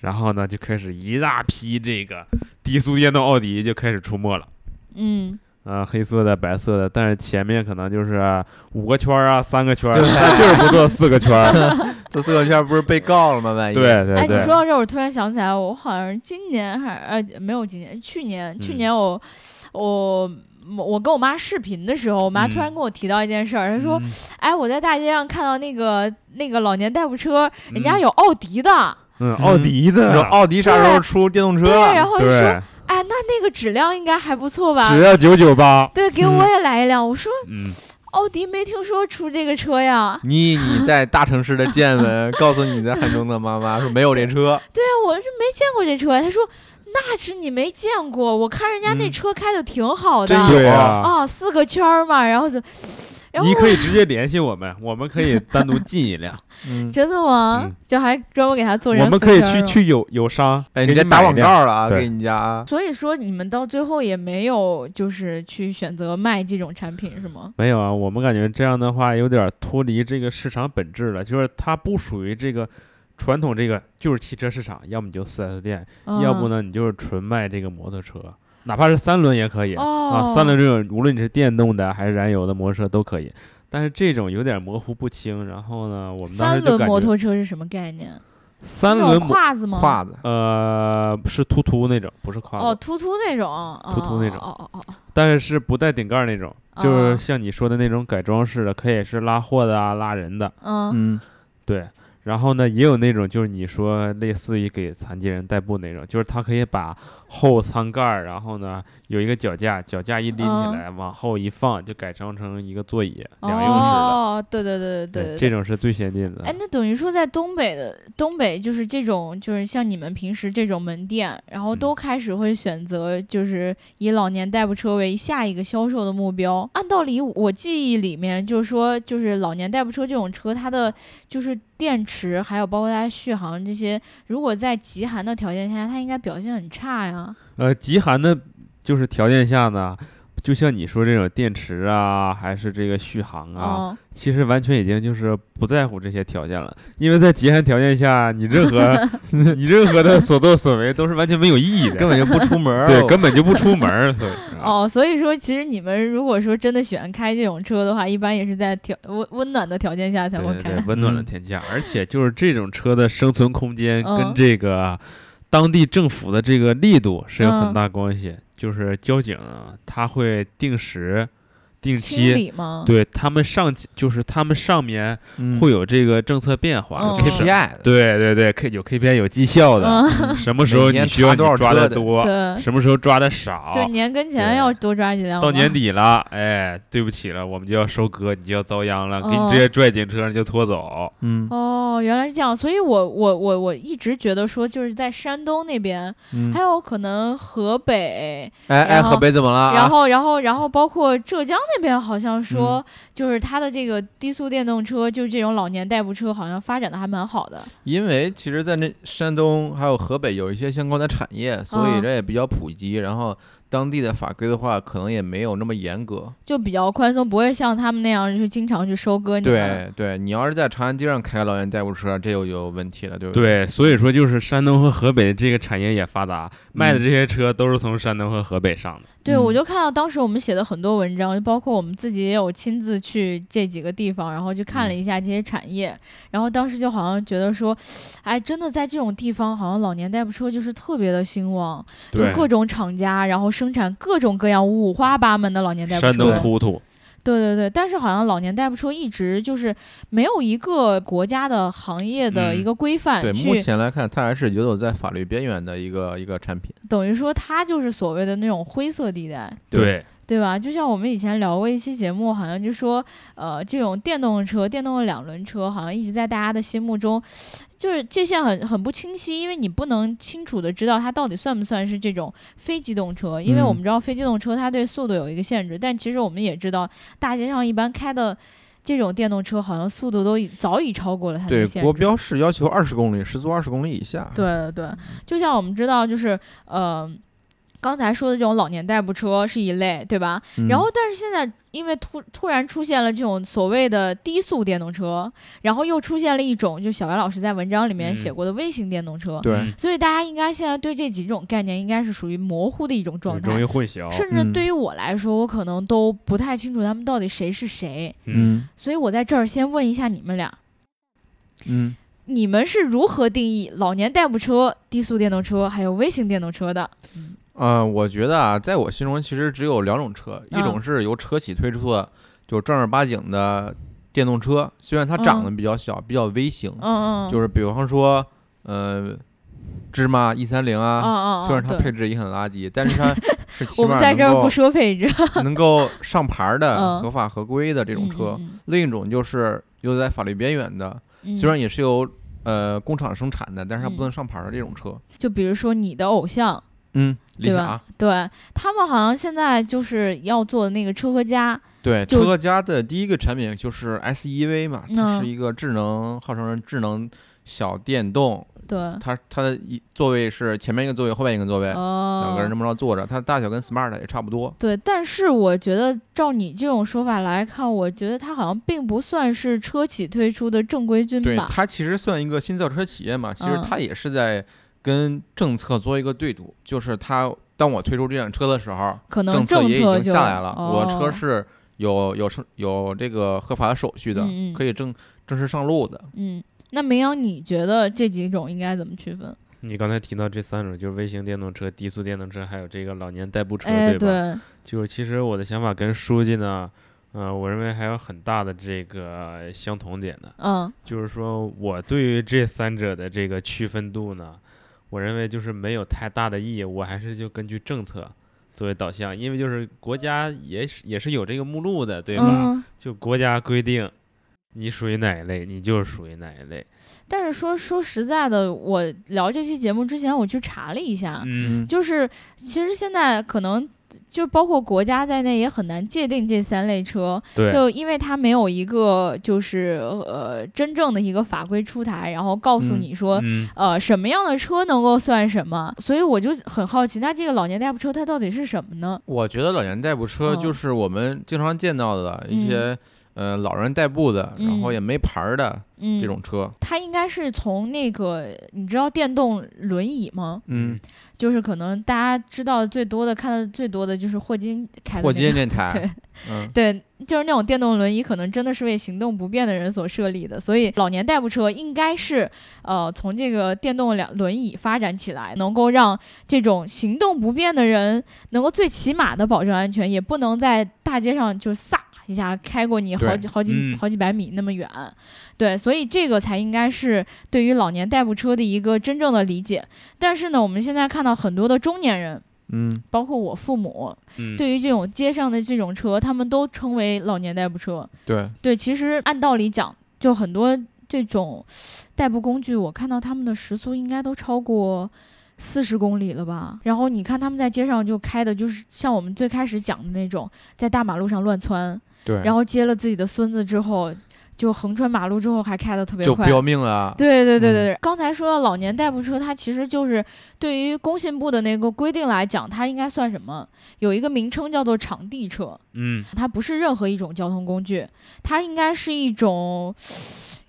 [SPEAKER 3] 然后呢就开始一大批这个低速电动奥迪就开始出没了。
[SPEAKER 2] 嗯，
[SPEAKER 3] 啊，黑色的、白色的，但是前面可能就是五个圈儿啊，三个圈儿，
[SPEAKER 4] 对
[SPEAKER 3] 它就是 不做四个圈 儿。
[SPEAKER 4] 这四个圈不是被告了吗？万一
[SPEAKER 3] 对对
[SPEAKER 2] 哎，你
[SPEAKER 3] 对，
[SPEAKER 2] 说到这儿，我突然想起来，我好像是今年还呃没有今年，去年去
[SPEAKER 3] 嗯
[SPEAKER 2] 年我、我。我跟我妈视频的时候，我妈突然
[SPEAKER 3] 嗯
[SPEAKER 2] 跟我提到一件事儿，她说
[SPEAKER 3] 嗯：“
[SPEAKER 2] 哎，我在大街上看到那个那个老年代步车，人家
[SPEAKER 3] 嗯
[SPEAKER 2] 有奥迪的，
[SPEAKER 3] 嗯，奥迪
[SPEAKER 4] 你说
[SPEAKER 3] 的，
[SPEAKER 4] 奥迪啥时候出电动车
[SPEAKER 2] 对，然
[SPEAKER 4] 了？
[SPEAKER 2] 后就哦说，
[SPEAKER 3] 对，
[SPEAKER 2] 哎，那那个质量应该还不错吧
[SPEAKER 3] 只？要九九八，
[SPEAKER 2] 对，给我也来一辆。我说
[SPEAKER 3] 嗯，
[SPEAKER 2] 奥迪没听说出这个车呀，
[SPEAKER 4] 你你在大城市的见闻，告诉你在汉中的妈妈说没有这车，
[SPEAKER 2] 对啊，我是没见过这车。她说那是你没见过，我看人家那
[SPEAKER 3] 嗯
[SPEAKER 2] 车开的挺好的，
[SPEAKER 4] 真有
[SPEAKER 3] 对啊，
[SPEAKER 2] 啊，四个圈儿嘛，然后怎么？然后
[SPEAKER 3] 你可以直接联系 我们，我们可以单独进一辆，
[SPEAKER 4] 嗯，
[SPEAKER 2] 真的吗？
[SPEAKER 3] 嗯
[SPEAKER 2] 就还专门给他做人，
[SPEAKER 3] 我们可以去。去友友商，
[SPEAKER 4] 哎，
[SPEAKER 3] 给
[SPEAKER 4] 你这打
[SPEAKER 3] 买一
[SPEAKER 4] 广
[SPEAKER 3] 辆，
[SPEAKER 4] 告了啊，
[SPEAKER 3] 对
[SPEAKER 4] 给你家啊，
[SPEAKER 2] 所以说你们到最后也没有就是去选择卖这种产品是吗？
[SPEAKER 3] 没有啊，我们感觉这样的话有点脱离这个市场本质了，就是它不属于这个传统这个就是汽车市场，要么你就四 S 店，要不
[SPEAKER 2] 呢？
[SPEAKER 3] 呢你就是纯卖这个摩托车，哪怕是三轮也可以、
[SPEAKER 2] 哦
[SPEAKER 3] 啊，三轮这种无论你是电动的还是燃油的摩托车都可以，但是这种有点模糊不清。然后呢，我们当
[SPEAKER 2] 三
[SPEAKER 3] 时就
[SPEAKER 2] 轮
[SPEAKER 3] 感
[SPEAKER 2] 摩
[SPEAKER 3] 觉
[SPEAKER 2] 托车是什么概念？
[SPEAKER 3] 三
[SPEAKER 2] 那
[SPEAKER 3] 轮
[SPEAKER 2] 种
[SPEAKER 3] 摩
[SPEAKER 2] 胯子吗？
[SPEAKER 4] 胯子，
[SPEAKER 3] 呃是突突那种，不是跨
[SPEAKER 2] 哦，
[SPEAKER 3] 子，
[SPEAKER 2] 突突那种，哦
[SPEAKER 3] 突突那种
[SPEAKER 2] 哦哦哦哦，
[SPEAKER 3] 但是是不带顶盖那种，就
[SPEAKER 2] 哦
[SPEAKER 3] 是像你说的那种改装式的，可以是拉货的啊，拉人的。
[SPEAKER 2] 嗯
[SPEAKER 4] 嗯，
[SPEAKER 3] 对，然后呢，也有那种就是你说类似于给残疾人代步那种，就是它可以把后舱盖儿，然后呢有一个脚架，脚架一拎
[SPEAKER 2] 嗯
[SPEAKER 3] 起来、往后一放，就改装成一个座椅，两用式的。
[SPEAKER 2] 哦，对对对对对
[SPEAKER 3] 这
[SPEAKER 2] 对。
[SPEAKER 3] 种是最先进的。
[SPEAKER 2] 哎，那等于说在东北的东北，就是这种，就是像你们平时这种门店，然后
[SPEAKER 3] 嗯
[SPEAKER 2] 都开始会选择，就是以老年代步车为下一个销售的目标。按道理，我记忆里面就是说，就是老年代步车这种车，它的就是电池，还有包括它续航这些，如果在极寒的条件下，它应该表现很差呀。
[SPEAKER 3] 呃，极寒的，就是条件下呢，就像你说这种电池啊，还是这个续航啊，
[SPEAKER 2] 嗯，
[SPEAKER 3] 其实完全已经就是不在乎这些条件了，因为在极寒条件下，你 任何你任何的所作所为都是完全没有意义的，
[SPEAKER 4] 根本就不出门儿，哦
[SPEAKER 3] 对，根本就不出门 儿，所以是啊
[SPEAKER 2] 哦，所以说其实你们如果说真的喜欢开这种车的话，一般也是在条温温暖的条件下才
[SPEAKER 3] 对
[SPEAKER 2] 会
[SPEAKER 3] 对
[SPEAKER 2] 开。
[SPEAKER 3] 对，温暖的
[SPEAKER 4] 嗯
[SPEAKER 3] 天气下，而且就是这种车的生存空间
[SPEAKER 2] 嗯
[SPEAKER 3] 跟这个当地政府的这个力度是有
[SPEAKER 2] 嗯
[SPEAKER 3] 很大关系。就是交警啊，他会定时定
[SPEAKER 2] 清
[SPEAKER 3] 期
[SPEAKER 2] 理吗？
[SPEAKER 3] 对他们上级就是他们上面
[SPEAKER 4] 嗯
[SPEAKER 3] 会有这个政策变化
[SPEAKER 2] 嗯
[SPEAKER 3] 就是
[SPEAKER 4] KPI 的，
[SPEAKER 3] 对对对，K 有 KPI 有绩效的，
[SPEAKER 2] 嗯，
[SPEAKER 3] 什么时候
[SPEAKER 4] 每
[SPEAKER 3] 你
[SPEAKER 4] 年
[SPEAKER 3] 需要
[SPEAKER 4] 查
[SPEAKER 3] 你
[SPEAKER 4] 多少
[SPEAKER 3] 抓
[SPEAKER 4] 车
[SPEAKER 3] 的
[SPEAKER 4] 的
[SPEAKER 3] 多，
[SPEAKER 2] 对，
[SPEAKER 3] 什么时候抓的少，
[SPEAKER 2] 就年跟前要多抓几辆吧。
[SPEAKER 3] 到年底了，哎，对不起了，我们就要收割，你就要遭殃了，给你直接拽进车上就拖走。
[SPEAKER 4] 嗯
[SPEAKER 2] 哦，原来是这样，所以我我我我一直觉得说，就是在山东那边，
[SPEAKER 4] 嗯
[SPEAKER 2] 还，有可能河北，
[SPEAKER 4] 哎哎，
[SPEAKER 2] 然后
[SPEAKER 4] 河北怎么了啊？
[SPEAKER 2] 然后然后然后包括浙江那边，好像
[SPEAKER 4] 嗯
[SPEAKER 2] 说就是它的这个低速电动车，就是这种老年代步车，好像发展的还蛮好的。
[SPEAKER 4] 因为其实，在那山东还有河北有一些相关的产业，所以
[SPEAKER 2] 嗯
[SPEAKER 4] 这也比较普及。然后当地的法规的话，可能也没有那么严格。
[SPEAKER 2] 就比较宽松，不会像他们那样就是经常去收割你们。
[SPEAKER 4] 对对，你要是在长安街上开个老年代步车，这又有问题了，对不？
[SPEAKER 3] 对，所以说就是山东和河北这个产业也发达，卖的这些车都是从山东和河北上的。
[SPEAKER 2] 对，
[SPEAKER 4] 嗯
[SPEAKER 2] 我就看到当时我们写的很多文章，就包括我们自己也有亲自去这几个地方，然后去看了一下这些产业，然后当时就好像觉得说，哎，真的在这种地方，好像老年代步车就是特别的兴旺，就
[SPEAKER 3] 对，
[SPEAKER 2] 各种厂家，然后生产各种各样五花八门的老年代步
[SPEAKER 3] 山东
[SPEAKER 2] 车。
[SPEAKER 3] 突突，
[SPEAKER 2] 对对对，但是好像老年代步车一直就是没有一个国家的行业的
[SPEAKER 3] 嗯
[SPEAKER 2] 一个规范
[SPEAKER 4] 对，
[SPEAKER 2] 去、
[SPEAKER 4] 目前来看，它还是游走在法律边缘的一个一个产品。
[SPEAKER 2] 等于说它就是所谓的那种灰色地带，
[SPEAKER 3] 对
[SPEAKER 2] 对吧？就像我们以前聊过一期节目，好像就说，呃，这种电动车、电动的两轮车，好像一直在大家的心目中，就是界限很很不清晰，因为你不能清楚的知道它到底算不算是这种非机动车，因为
[SPEAKER 4] 嗯
[SPEAKER 2] 我们知道非机动车它对速度有一个限制，但其实我们也知道，大街上一般开的这种电动车，好像速度都已早已超过了它
[SPEAKER 4] 对
[SPEAKER 2] 的，限
[SPEAKER 4] 国
[SPEAKER 2] 制。
[SPEAKER 4] 标嗯是要求二十公里，时速二十公里以下。，
[SPEAKER 2] 对对对，就像我们知道，就是呃，刚才说的这种老年代步车是一类，对吧？
[SPEAKER 4] 嗯
[SPEAKER 2] 然后，但是现在因为突突然出现了这种所谓的低速电动车，然后又出现了一种，就小白老师在文章里面写
[SPEAKER 3] 嗯
[SPEAKER 2] 过的微型电动车，
[SPEAKER 4] 对，嗯
[SPEAKER 2] 所以大家应该现在对这几种概念应该是属于模糊的一种状
[SPEAKER 3] 容
[SPEAKER 2] 态。
[SPEAKER 3] 易混淆。
[SPEAKER 2] 甚至
[SPEAKER 4] 嗯
[SPEAKER 2] 对于我来说，我可能都不太清楚他们到底谁是谁，
[SPEAKER 3] 嗯，
[SPEAKER 2] 所以我在这儿先问一下你们俩，
[SPEAKER 4] 嗯，
[SPEAKER 2] 你们是如何定义老年代步车、低速电动车还有微型电动车的？
[SPEAKER 4] 呃，我觉得啊，在我心中其实只有两种车，一
[SPEAKER 2] 嗯
[SPEAKER 4] 种是由车企推出的，就正儿八经的电动车，虽然它长得比较小，比较微型，
[SPEAKER 2] 嗯嗯嗯，
[SPEAKER 4] 就是比方说，呃，芝麻一三零
[SPEAKER 2] 嗯
[SPEAKER 4] 啊，
[SPEAKER 2] 嗯嗯，
[SPEAKER 4] 虽然它
[SPEAKER 2] 对
[SPEAKER 4] 配置也很垃圾，但 是它是起
[SPEAKER 2] 我们
[SPEAKER 4] 码
[SPEAKER 2] 在这
[SPEAKER 4] 能
[SPEAKER 2] 儿不
[SPEAKER 4] 够
[SPEAKER 2] 说配置
[SPEAKER 4] 能够上牌儿的、
[SPEAKER 2] 嗯
[SPEAKER 4] 合法合规的这
[SPEAKER 2] 这
[SPEAKER 4] 种车。
[SPEAKER 2] 嗯
[SPEAKER 4] 另一种就是又在法律边缘的，
[SPEAKER 2] 嗯
[SPEAKER 4] 虽然也是由呃工厂生产的，但是它
[SPEAKER 2] 嗯
[SPEAKER 4] 不能上牌儿的这种车。
[SPEAKER 2] 就比如说你的偶像，
[SPEAKER 4] 嗯，理
[SPEAKER 2] 对
[SPEAKER 4] 想
[SPEAKER 2] 吧
[SPEAKER 4] 啊，？
[SPEAKER 2] 对他们好像现在就是要做那个车和家，
[SPEAKER 4] 对，
[SPEAKER 2] 就
[SPEAKER 4] 车家的第一个产品就是 SEV 嘛，
[SPEAKER 2] 嗯
[SPEAKER 4] 它是一个智能，号称是智能小电动，
[SPEAKER 2] 对，
[SPEAKER 4] 它它的一座位是前面一个座位，后面一个座位，
[SPEAKER 2] 哦，
[SPEAKER 4] 两个人这么着坐着，它的大小跟 Smart 也差不多。
[SPEAKER 2] 对，但是我觉得照你这种说法来看，我觉得它好像并不算是车企推出的正规军
[SPEAKER 4] 对，
[SPEAKER 2] 吧？
[SPEAKER 4] 它其实算一个新造车企业嘛，其实
[SPEAKER 2] 嗯
[SPEAKER 4] 它也是在跟政策做一个对赌，就是它当我推出这辆车的时候，
[SPEAKER 2] 可能
[SPEAKER 4] 政策也已
[SPEAKER 2] 策就
[SPEAKER 4] 经下来了，
[SPEAKER 2] 哦、
[SPEAKER 4] 我车是有有是有这个合法的手续的，
[SPEAKER 2] 嗯嗯
[SPEAKER 4] 可以正正式上路的。
[SPEAKER 2] 嗯。那明阳，你觉得这几种应该怎么区分？
[SPEAKER 3] 你刚才提到这三种，就是微型电动车、低速电动车，还有这个老年代步车，
[SPEAKER 2] 哎，
[SPEAKER 3] 吧？就是其实我的想法跟书记呢，呃，我认为还有很大的这个相同点的，
[SPEAKER 2] 嗯，
[SPEAKER 3] 就是说我对于这三者的这个区分度呢，我认为就是没有太大的意义，我还是就根据政策作为导向，因为就是国家也是也是有这个目录的，对吧？
[SPEAKER 2] 嗯，
[SPEAKER 3] 就国家规定你属于哪一类，你就是属于哪一类，
[SPEAKER 2] 但是说说实在的，我聊这期节目之前，我去查了一下，啊
[SPEAKER 3] 嗯，
[SPEAKER 2] 就是其实现在可能就包括国家在内也很难界定这三类车，
[SPEAKER 3] 对，
[SPEAKER 2] 就因为它没有一个就是呃真正的一个法规出台，然后告诉
[SPEAKER 4] 嗯
[SPEAKER 2] 你说。
[SPEAKER 3] 嗯。
[SPEAKER 2] 呃，什么样的车能够算什么？所以我就很好奇，那这个老年代步车它到底是什么呢？
[SPEAKER 4] 我觉得老年代步车
[SPEAKER 2] 哦
[SPEAKER 4] 就是我们经常见到的一些、呃老人代步的，然
[SPEAKER 2] 嗯
[SPEAKER 4] 后也没牌儿的
[SPEAKER 2] 嗯，
[SPEAKER 4] 这种车，
[SPEAKER 2] 它应该是从那个你知道电动轮椅吗？
[SPEAKER 4] 嗯，
[SPEAKER 2] 就是可能大家知道的最多的、看的最多的就是霍金开的、那个。
[SPEAKER 4] 霍金那台
[SPEAKER 2] 对，
[SPEAKER 4] 嗯，
[SPEAKER 2] 对，就是那种电动轮椅，可能真的是为行动不便的人所设立的，所以老年代步车应该是呃从这个电动两轮椅发展起来，能够让这种行动不便的人能够最起码的保证安全，也不能在大街上就撒一下开过你好
[SPEAKER 4] 对
[SPEAKER 2] 几好几、
[SPEAKER 3] 嗯
[SPEAKER 2] 好几百米那么远，对，所以这个才应该是对于老年代步车的一个真正的理解。但是呢，我们现在看到很多的中年人，
[SPEAKER 4] 嗯，
[SPEAKER 2] 包括我父母，
[SPEAKER 3] 嗯，
[SPEAKER 2] 对于这种街上的这种车，他们都称为老年代步车。
[SPEAKER 4] 对，
[SPEAKER 2] 对，其实按道理讲，就很多这种代步工具，我看到他们的时速应该都超过。四十公里了吧？然后你看他们在街上就开的，就是像我们最开始讲的那种，在大马路上乱窜，
[SPEAKER 4] 对，
[SPEAKER 2] 然后接了自己的孙子之后，就横穿马路之后还开的特别
[SPEAKER 4] 就
[SPEAKER 2] 快，
[SPEAKER 4] 飙命啊了，
[SPEAKER 2] 对对对对
[SPEAKER 3] 嗯
[SPEAKER 2] 对，刚才说到老年代步车，它其实就是对于工信部的那个规定来讲，它应该算什么？有一个名称叫做场地车，
[SPEAKER 3] 嗯，
[SPEAKER 2] 它不是任何一种交通工具，它应该是一种，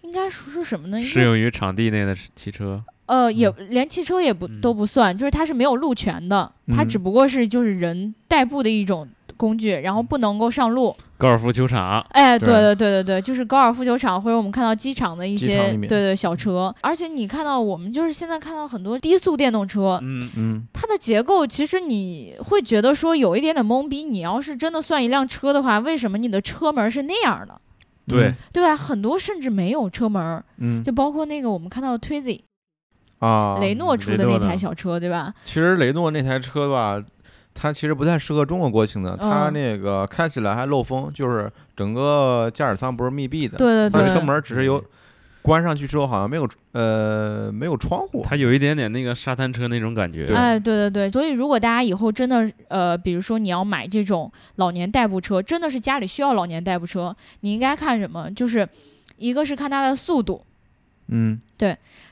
[SPEAKER 2] 应该说是什么呢？应
[SPEAKER 3] 适
[SPEAKER 2] 该
[SPEAKER 3] 用于场地内的汽车。
[SPEAKER 2] 呃，也连汽车也不、
[SPEAKER 3] 嗯
[SPEAKER 2] 都不算，就是它是没有路权的，它
[SPEAKER 4] 嗯
[SPEAKER 2] 只不过是就是人代步的一种工具，然后
[SPEAKER 3] 嗯
[SPEAKER 2] 不能够上路。
[SPEAKER 3] 高尔夫球场，
[SPEAKER 2] 哎，对
[SPEAKER 4] 对啊
[SPEAKER 2] 对对对对，就是高尔夫球场或者我们看到机场的一
[SPEAKER 4] 机场
[SPEAKER 2] 些对
[SPEAKER 4] 里面
[SPEAKER 2] 对小车，而且你看到我们就是现在看到很多低速电动车，
[SPEAKER 3] 嗯，
[SPEAKER 4] 嗯，
[SPEAKER 2] 它的结构其实你会觉得说有一点点懵逼。你要是真的算一辆车的话，为什么你的车门是那样的？
[SPEAKER 3] 对，
[SPEAKER 2] 对吧？很多甚至没有车门儿，
[SPEAKER 4] 嗯，
[SPEAKER 2] 就包括那个我们看到的 Twizy
[SPEAKER 4] 啊，
[SPEAKER 2] 雷诺出
[SPEAKER 3] 雷
[SPEAKER 2] 的
[SPEAKER 3] 诺
[SPEAKER 2] 那
[SPEAKER 3] 的
[SPEAKER 2] 台小车，对吧？
[SPEAKER 4] 其实雷诺那台车吧，它其实不太适合中国国情的，它
[SPEAKER 2] 嗯
[SPEAKER 4] 那个开起来还漏风，就是整个驾驶舱不是密闭的，
[SPEAKER 2] 对对
[SPEAKER 4] 它车
[SPEAKER 2] 对，
[SPEAKER 4] 门只是有关上去之后好像没有呃没有窗户，
[SPEAKER 3] 它有一点点那个沙滩车那种感觉。
[SPEAKER 4] 对
[SPEAKER 2] 哎，对对对，所以如果大家以后真的呃，比如说你要买这种老年代步车，真的是家里需要老年代步车，你应该看什么？就是一个是看它的速度，
[SPEAKER 4] 嗯，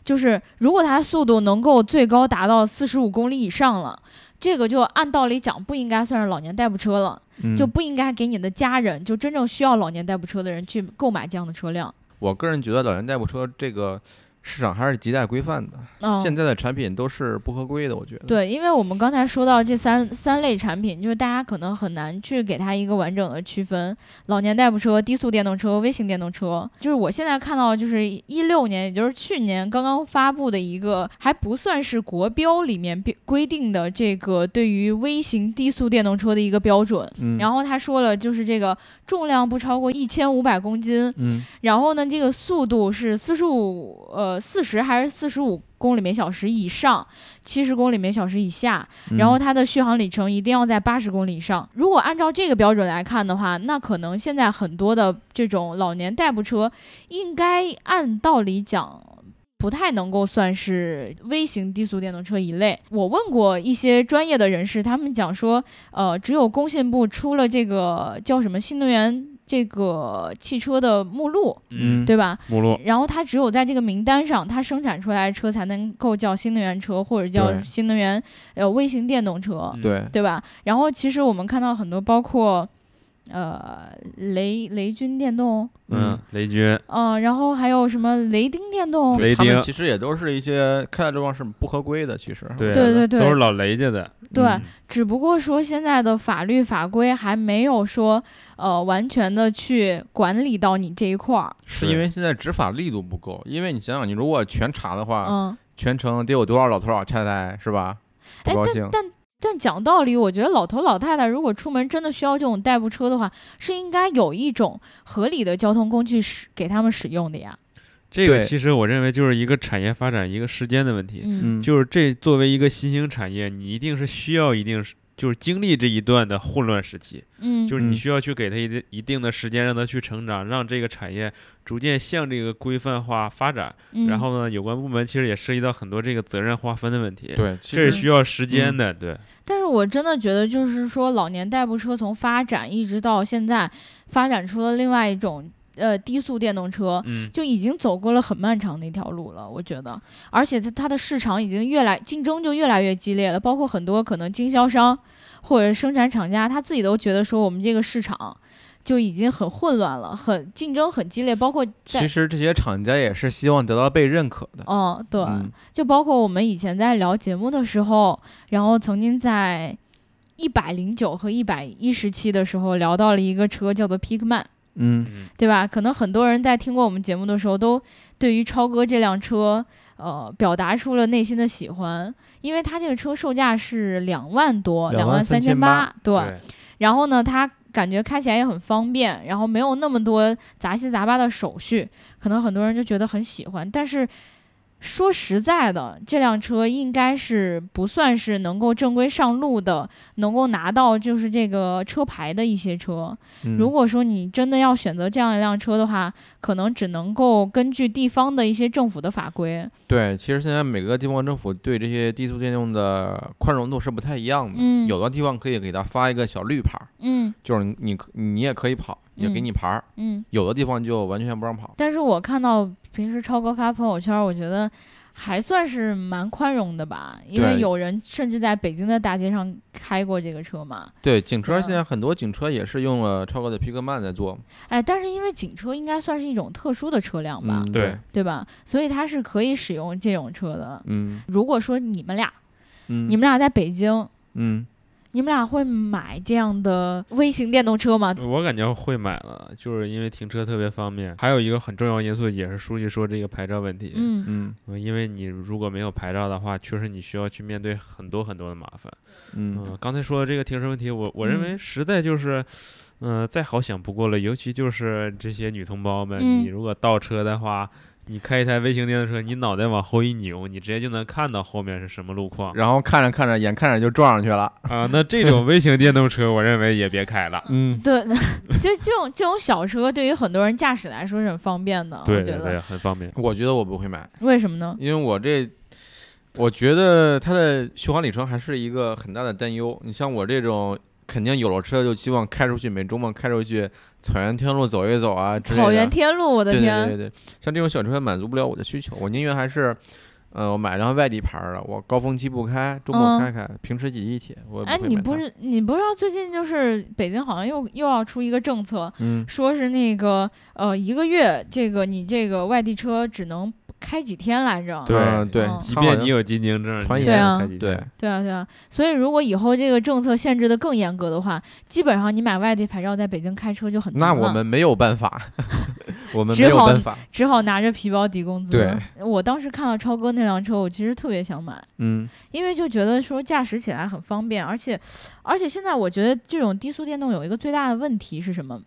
[SPEAKER 2] 就是如果它速度能够最高达到四十五公里以上了，这个就按道理讲不应该算是老年代步车了，
[SPEAKER 4] 嗯
[SPEAKER 2] 就不应该给你的家人，就真正需要老年代步车的人去购买这样的车辆。
[SPEAKER 4] 我个人觉得老年代步车这个市场还是亟待规范的，
[SPEAKER 2] 嗯、
[SPEAKER 4] 现在的产品都是不合规的，我觉得。
[SPEAKER 2] 对，因为我们刚才说到这三三类产品，就是大家可能很难去给它一个完整的区分。老年代步车、低速电动车、微型电动车，就是我现在看到，就是一六年，也就是去年刚刚发布的一个，还不算是国标里面标规定的这个对于微型低速电动车的一个标准。
[SPEAKER 4] 嗯，
[SPEAKER 2] 然后他说了，就是这个重量不超过一千五百公斤，
[SPEAKER 4] 嗯
[SPEAKER 2] 然后呢，这个速度是四十五呃四十还是四十五公里每小时以上，七十公里每小时以下，
[SPEAKER 4] 嗯
[SPEAKER 2] 然后它的续航里程一定要在八十公里以上。如果按照这个标准来看的话，那可能现在很多的这种老年代步车，应该按道理讲。不太能够算是微型低速电动车一类。我问过一些专业的人士，他们讲说，呃，只有工信部出了这个叫什么新能源这个汽车的目录，
[SPEAKER 4] 嗯
[SPEAKER 2] 对吧？
[SPEAKER 3] 目录，
[SPEAKER 2] 然后它只有在这个名单上，它生产出来的车才能够叫新能源车，或者叫
[SPEAKER 4] 对
[SPEAKER 2] 新能源呃微型电动
[SPEAKER 3] 嗯
[SPEAKER 2] 车，
[SPEAKER 4] 嗯对，
[SPEAKER 2] 对吧？然后其实我们看到很多，包括呃雷雷军电动，
[SPEAKER 3] 嗯，雷军，
[SPEAKER 2] 嗯、然后还有什么雷丁电动，
[SPEAKER 3] 雷
[SPEAKER 4] 他们
[SPEAKER 3] 丁
[SPEAKER 4] 其实也都是一些开的路上是不合规的，其实我
[SPEAKER 3] 对
[SPEAKER 4] 觉
[SPEAKER 2] 对
[SPEAKER 4] 得
[SPEAKER 2] 对
[SPEAKER 3] 都是老雷家的，
[SPEAKER 2] 对
[SPEAKER 4] 嗯
[SPEAKER 2] 只不过说现在的法律法规还没有说呃完全的去管理到你这一块儿，
[SPEAKER 4] 是因为现在执法力度不够，因为你想想，你如果全查的话，
[SPEAKER 2] 嗯。
[SPEAKER 4] 全程得有多少老头老太太是吧？
[SPEAKER 2] 哎
[SPEAKER 4] 不高兴，
[SPEAKER 2] 但讲道理，我觉得老头老太太如果出门真的需要这种代步车的话，是应该有一种合理的交通工具使给他们使用的呀。
[SPEAKER 3] 这个
[SPEAKER 4] 对
[SPEAKER 3] 其实我认为就是一个产业发展一个时间的问题，
[SPEAKER 2] 嗯，
[SPEAKER 4] 嗯，
[SPEAKER 3] 就是这作为一个新兴产业，你一定是需要一定是就是经历这一段的混乱时期，
[SPEAKER 2] 嗯
[SPEAKER 3] 就是你
[SPEAKER 4] 嗯
[SPEAKER 3] 需要去给它一定一定的时间让它去成长，让这个产业逐渐向这个规范化发展。
[SPEAKER 2] 嗯
[SPEAKER 3] 然后呢，有关部门其实也涉及到很多这个责任划分的问题，
[SPEAKER 4] 对，其
[SPEAKER 3] 这是
[SPEAKER 4] 实
[SPEAKER 3] 需要时间
[SPEAKER 4] 嗯
[SPEAKER 3] 的，对，
[SPEAKER 2] 但是我真的觉得，就是说老年代步车从发展一直到现在，发展出了另外一种呃低速电动车。
[SPEAKER 3] 嗯，
[SPEAKER 2] 就已经走过了很漫长的一条路了，我觉得，而且它它的市场已经越来竞争就越来越激烈了，包括很多可能经销商或者生产厂家他自己都觉得说我们这个市场就已经很混乱了，很竞争很激烈，包括
[SPEAKER 4] 其
[SPEAKER 2] 在
[SPEAKER 4] 实这些厂家也是希望得到被认可的。
[SPEAKER 2] 嗯，对，
[SPEAKER 4] 嗯
[SPEAKER 2] 就包括我们以前在聊节目的时候，然后曾经在一百零九和一百一十期的时候聊到了一个车叫做 Pikman，
[SPEAKER 4] 嗯，
[SPEAKER 3] 嗯，
[SPEAKER 2] 对吧？可能很多人在听过我们节目的时候，都对于超哥这辆车，呃，表达出了内心的喜欢，因为它这个车售价是两万多，
[SPEAKER 4] 两
[SPEAKER 2] 两
[SPEAKER 4] 万
[SPEAKER 2] 三千
[SPEAKER 4] 八，
[SPEAKER 2] 对。
[SPEAKER 3] 对，
[SPEAKER 2] 然后呢，它感觉开起来也很方便，然后没有那么多杂七杂八的手续，可能很多人就觉得很喜欢。但是说实在的，这辆车应该是不算是能够正规上路的，能够拿到就是这个车牌的一些车。
[SPEAKER 4] 嗯
[SPEAKER 2] 如果说你真的要选择这样一辆车的话，可能只能够根据地方的一些政府的法规。
[SPEAKER 4] 对，其实现在每个地方政府对这些低速电动的宽容度是不太一样的。
[SPEAKER 2] 嗯
[SPEAKER 4] 有的地方可以给它发一个小绿牌儿，
[SPEAKER 2] 嗯
[SPEAKER 4] 就是你你可你也可以跑，也给
[SPEAKER 2] 嗯
[SPEAKER 4] 你牌儿；
[SPEAKER 2] 嗯。
[SPEAKER 4] 有的地方就完全不让跑。
[SPEAKER 2] 但是我看到平时超哥发朋友圈，我觉得还算是蛮宽容的吧，因为
[SPEAKER 4] 对
[SPEAKER 2] 有人甚至在北京的大街上开过这个车嘛。
[SPEAKER 4] 对，警
[SPEAKER 2] 对
[SPEAKER 4] 车现在很多警车也是用了超哥的皮克曼在做。
[SPEAKER 2] 哎，但是因为警车应该算是一种特殊的车辆吧，
[SPEAKER 4] 嗯，
[SPEAKER 3] 对
[SPEAKER 4] 对，
[SPEAKER 2] 对吧？所以它是可以使用这种车的。
[SPEAKER 4] 嗯
[SPEAKER 2] 如果说你们俩，
[SPEAKER 4] 嗯，
[SPEAKER 2] 你们俩在北京，
[SPEAKER 4] 嗯，
[SPEAKER 2] 你们俩会买这样的微型电动车吗？
[SPEAKER 3] 我感觉会买了，就是因为停车特别方便。还有一个很重要因素也是书记说这个牌照问题，
[SPEAKER 2] 嗯，
[SPEAKER 4] 嗯
[SPEAKER 3] 嗯，因为你如果没有牌照的话，确实你需要去面对很多很多的麻烦。
[SPEAKER 4] 嗯
[SPEAKER 3] 嗯，刚才说的这个停车问题，我我认为
[SPEAKER 2] 嗯
[SPEAKER 3] 实在就是，嗯、再好想不过了。尤其就是这些女同胞们，
[SPEAKER 2] 嗯
[SPEAKER 3] 你如果倒车的话，你开一台微型电动车，你脑袋往后一扭，你直接就能看到后面是什么路况
[SPEAKER 4] 然后看着看着，眼看着就撞上去了。
[SPEAKER 3] 啊。那这种微型电动车，我认为也别开了。
[SPEAKER 4] 嗯，
[SPEAKER 2] 对， 就这种这种小车，对于很多人驾驶来说是很方便的。
[SPEAKER 3] 对
[SPEAKER 2] 我觉
[SPEAKER 3] 对
[SPEAKER 2] 得
[SPEAKER 3] 对，很方便。
[SPEAKER 4] 嗯我觉得我不会买，
[SPEAKER 2] 为什么呢？
[SPEAKER 4] 因为我这。我觉得它的续航里程还是一个很大的担忧。你像我这种，肯定有了车就希望开出去，每周末开出去草原天路走一走啊之类的。
[SPEAKER 2] 草原天路，我的
[SPEAKER 4] 对
[SPEAKER 2] 天！
[SPEAKER 4] 对对对对，像这种小车满足不了我的需求，我宁愿还是，呃，我买辆外地牌儿的，我高峰期不开，周末
[SPEAKER 2] 嗯
[SPEAKER 4] 开开，平时挤地铁，我也
[SPEAKER 2] 哎，
[SPEAKER 4] 会
[SPEAKER 2] 你
[SPEAKER 4] 买
[SPEAKER 2] 不
[SPEAKER 4] 它，
[SPEAKER 2] 是你不知道最近就是北京好像又又要出一个政策，
[SPEAKER 4] 嗯，
[SPEAKER 2] 说是那个呃一个月这个你这个外地车只能开几天来着？
[SPEAKER 3] 对
[SPEAKER 4] 嗯对
[SPEAKER 2] 嗯，
[SPEAKER 3] 即
[SPEAKER 4] 它好
[SPEAKER 3] 便
[SPEAKER 4] 像
[SPEAKER 3] 你有金晶证，
[SPEAKER 4] 传
[SPEAKER 3] 你
[SPEAKER 2] 言
[SPEAKER 3] 也
[SPEAKER 2] 对
[SPEAKER 3] 能
[SPEAKER 2] 啊
[SPEAKER 3] 开几
[SPEAKER 4] 对
[SPEAKER 3] 天，
[SPEAKER 2] 对啊对啊，所以如果以后这个政策限制的更严格的话，基本上你买外地牌照在北京开车就很
[SPEAKER 4] 那
[SPEAKER 2] 难
[SPEAKER 4] 我
[SPEAKER 2] 了
[SPEAKER 4] 们没有办法， 我们
[SPEAKER 2] 只
[SPEAKER 4] 没有
[SPEAKER 2] 好
[SPEAKER 4] 办法，
[SPEAKER 2] 只好拿着皮包抵工资了。
[SPEAKER 4] 对
[SPEAKER 2] 我当时看到超哥那辆车，我其实特别想买。
[SPEAKER 4] 嗯
[SPEAKER 2] 因为就觉得说驾驶起来很方便，而且，而且现在我觉得这种低速电动有一个最大的问题是什么？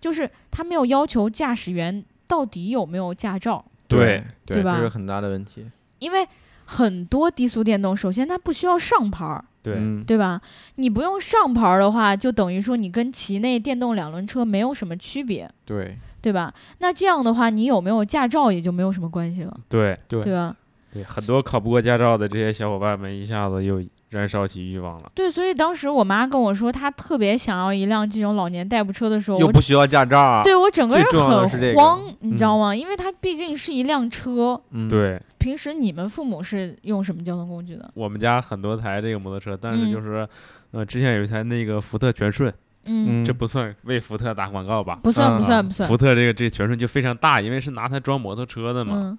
[SPEAKER 2] 就是它没有要求驾驶员到底有没有驾照，
[SPEAKER 3] 对
[SPEAKER 4] 对，
[SPEAKER 2] 吧
[SPEAKER 4] 这是很大的问题，
[SPEAKER 2] 因为很多低速电动首先它不需要上牌儿，
[SPEAKER 3] 对
[SPEAKER 4] 嗯
[SPEAKER 2] 对吧？你不用上牌儿的话，就等于说你跟其内电动两轮车没有什么区别，
[SPEAKER 4] 对
[SPEAKER 2] 对吧？那这样的话，你有没有驾照也就没有什么关系了，
[SPEAKER 3] 对
[SPEAKER 4] 对
[SPEAKER 2] 对吧？
[SPEAKER 3] 对，很多考不过驾照的这些小伙伴们，一下子又燃烧起欲望了。
[SPEAKER 2] 对，所以当时我妈跟我说，她特别想要一辆这种老年代步车的时候，
[SPEAKER 4] 又
[SPEAKER 2] 我
[SPEAKER 4] 不需要驾照啊，
[SPEAKER 2] 对我整个
[SPEAKER 4] 最
[SPEAKER 2] 人
[SPEAKER 4] 重要的是这
[SPEAKER 2] 很
[SPEAKER 4] 个
[SPEAKER 2] 慌，你知道吗？因为它毕竟是一辆车。
[SPEAKER 4] 嗯，
[SPEAKER 3] 对
[SPEAKER 2] 平时你们父母是用什么交通工具的？
[SPEAKER 3] 我们家很多台这个摩托车，但是
[SPEAKER 2] 嗯
[SPEAKER 3] 就是，呃，之前有一台那个福特全顺，
[SPEAKER 2] 嗯，
[SPEAKER 4] 嗯，
[SPEAKER 3] 这不算为福特打广告吧？
[SPEAKER 2] 不算，
[SPEAKER 4] 嗯
[SPEAKER 2] 不算，不算。
[SPEAKER 3] 福特这个这全顺就非常大，因为是拿它装摩托车的嘛。
[SPEAKER 2] 嗯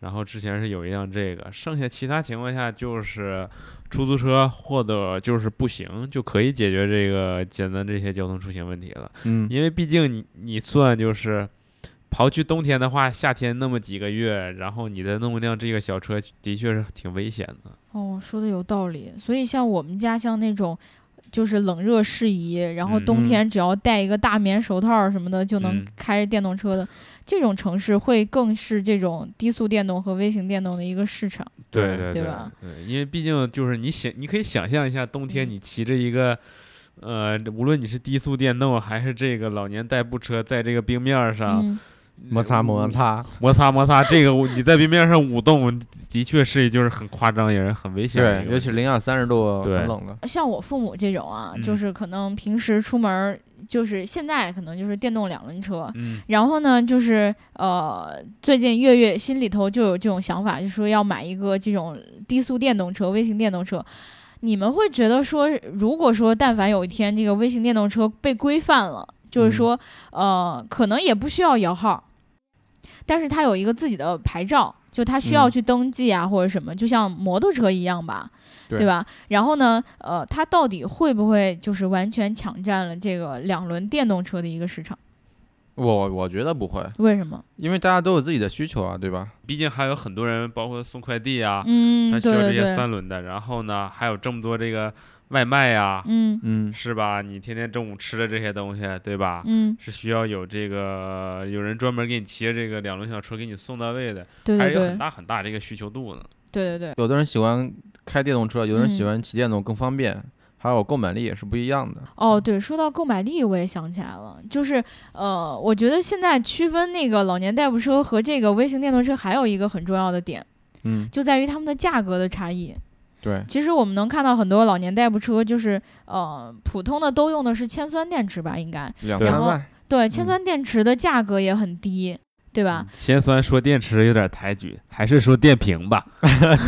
[SPEAKER 3] 然后之前是有一辆这个，剩下其他情况下就是出租车或者就是步行就可以解决这个简单这些交通出行问题了。
[SPEAKER 4] 嗯
[SPEAKER 3] 因为毕竟你你算就是，刨去冬天的话，夏天那么几个月，然后你再弄一辆这个小车，的确是挺危险的。
[SPEAKER 2] 哦，说的有道理。所以像我们家像那种，就是冷热适宜，然后
[SPEAKER 3] 嗯
[SPEAKER 2] 冬
[SPEAKER 4] 嗯
[SPEAKER 2] 天只要戴一个大棉手套儿什么的就能
[SPEAKER 3] 嗯
[SPEAKER 2] 开电动车的，这种城市会更是这种低速电动和微型电动的一个市场。
[SPEAKER 4] 对
[SPEAKER 3] 对
[SPEAKER 2] 对吧
[SPEAKER 3] 对，因为毕竟就是你想，你可以想象一下，冬天
[SPEAKER 2] 嗯
[SPEAKER 3] 你骑着一个。呃，无论你是低速电动还是这个老年代步车，在这个冰面儿
[SPEAKER 4] 啊
[SPEAKER 3] 上、
[SPEAKER 2] 嗯，
[SPEAKER 4] 摩擦摩擦，
[SPEAKER 3] 摩擦摩擦，这个我你在冰面上舞动，的确是就是很夸张，也是很危险的
[SPEAKER 4] 对
[SPEAKER 3] 一，个
[SPEAKER 4] 尤
[SPEAKER 3] 问
[SPEAKER 4] 其
[SPEAKER 3] 题
[SPEAKER 4] 零下三十度
[SPEAKER 3] 对
[SPEAKER 4] 很冷了，
[SPEAKER 2] 像我父母这种啊，就
[SPEAKER 3] 嗯
[SPEAKER 2] 是可能平时出门儿就是现在可能就是电动两轮车，
[SPEAKER 3] 嗯
[SPEAKER 2] 然后呢，就是呃，最近月月心里头就有这种想法，就说要买一个这种低速电动车、微型电动车。你们会觉得说，如果说但凡有一天这个微型电动车被规范了，就是
[SPEAKER 4] 嗯
[SPEAKER 2] 说，呃，可能也不需要摇号，但是他有一个自己的牌照，就他需要
[SPEAKER 4] 嗯
[SPEAKER 2] 去登记啊、或者什么，就像摩托车一样吧，
[SPEAKER 4] 对
[SPEAKER 2] 吧？然后呢，呃，他到底会不会就是完全抢占了这个两轮电动车的一个市场？
[SPEAKER 4] 我我觉得不会，
[SPEAKER 2] 为什么？
[SPEAKER 4] 因为大家都有自己的需求啊，对吧？
[SPEAKER 3] 毕竟还有很多人，包括送快递啊，
[SPEAKER 2] 嗯
[SPEAKER 3] 他，需
[SPEAKER 2] 对
[SPEAKER 3] 要这
[SPEAKER 2] 对
[SPEAKER 3] 些
[SPEAKER 2] 对，
[SPEAKER 3] 三轮的。然后呢，还有这么多这个外卖呀、
[SPEAKER 2] 嗯
[SPEAKER 4] 嗯，
[SPEAKER 3] 是吧？你天天中午吃的这些东西，对吧？
[SPEAKER 2] 嗯，
[SPEAKER 3] 是需要有这个有人专门给你骑着这个两轮小车给你送到位的，
[SPEAKER 2] 对
[SPEAKER 3] 还
[SPEAKER 2] 对
[SPEAKER 3] 是有
[SPEAKER 2] 对
[SPEAKER 3] 很，大很大这个需求度呢。
[SPEAKER 2] 对对对，
[SPEAKER 4] 有的人喜欢开电动车，有的人喜
[SPEAKER 2] 嗯
[SPEAKER 4] 欢骑电动更方便，还有购买力也是不一样的。
[SPEAKER 2] 哦，
[SPEAKER 3] 嗯
[SPEAKER 2] 对，说到购买力，我也想起来了，就是呃，我觉得现在区分那个老年代步车和这个微型电动车还有一个很重要的点，
[SPEAKER 4] 嗯，
[SPEAKER 2] 就在于它们的价格的差异。
[SPEAKER 4] 对，
[SPEAKER 2] 其实我们能看到很多老年代步车，就是呃，普通的都用的是铅酸电池吧，应该
[SPEAKER 4] 两
[SPEAKER 3] 对
[SPEAKER 4] 三
[SPEAKER 2] 然后
[SPEAKER 4] 万，
[SPEAKER 2] 对，铅
[SPEAKER 4] 嗯
[SPEAKER 2] 酸电池的价格也很低，对吧？
[SPEAKER 3] 嗯铅酸说电池有点抬举，还是说电瓶吧？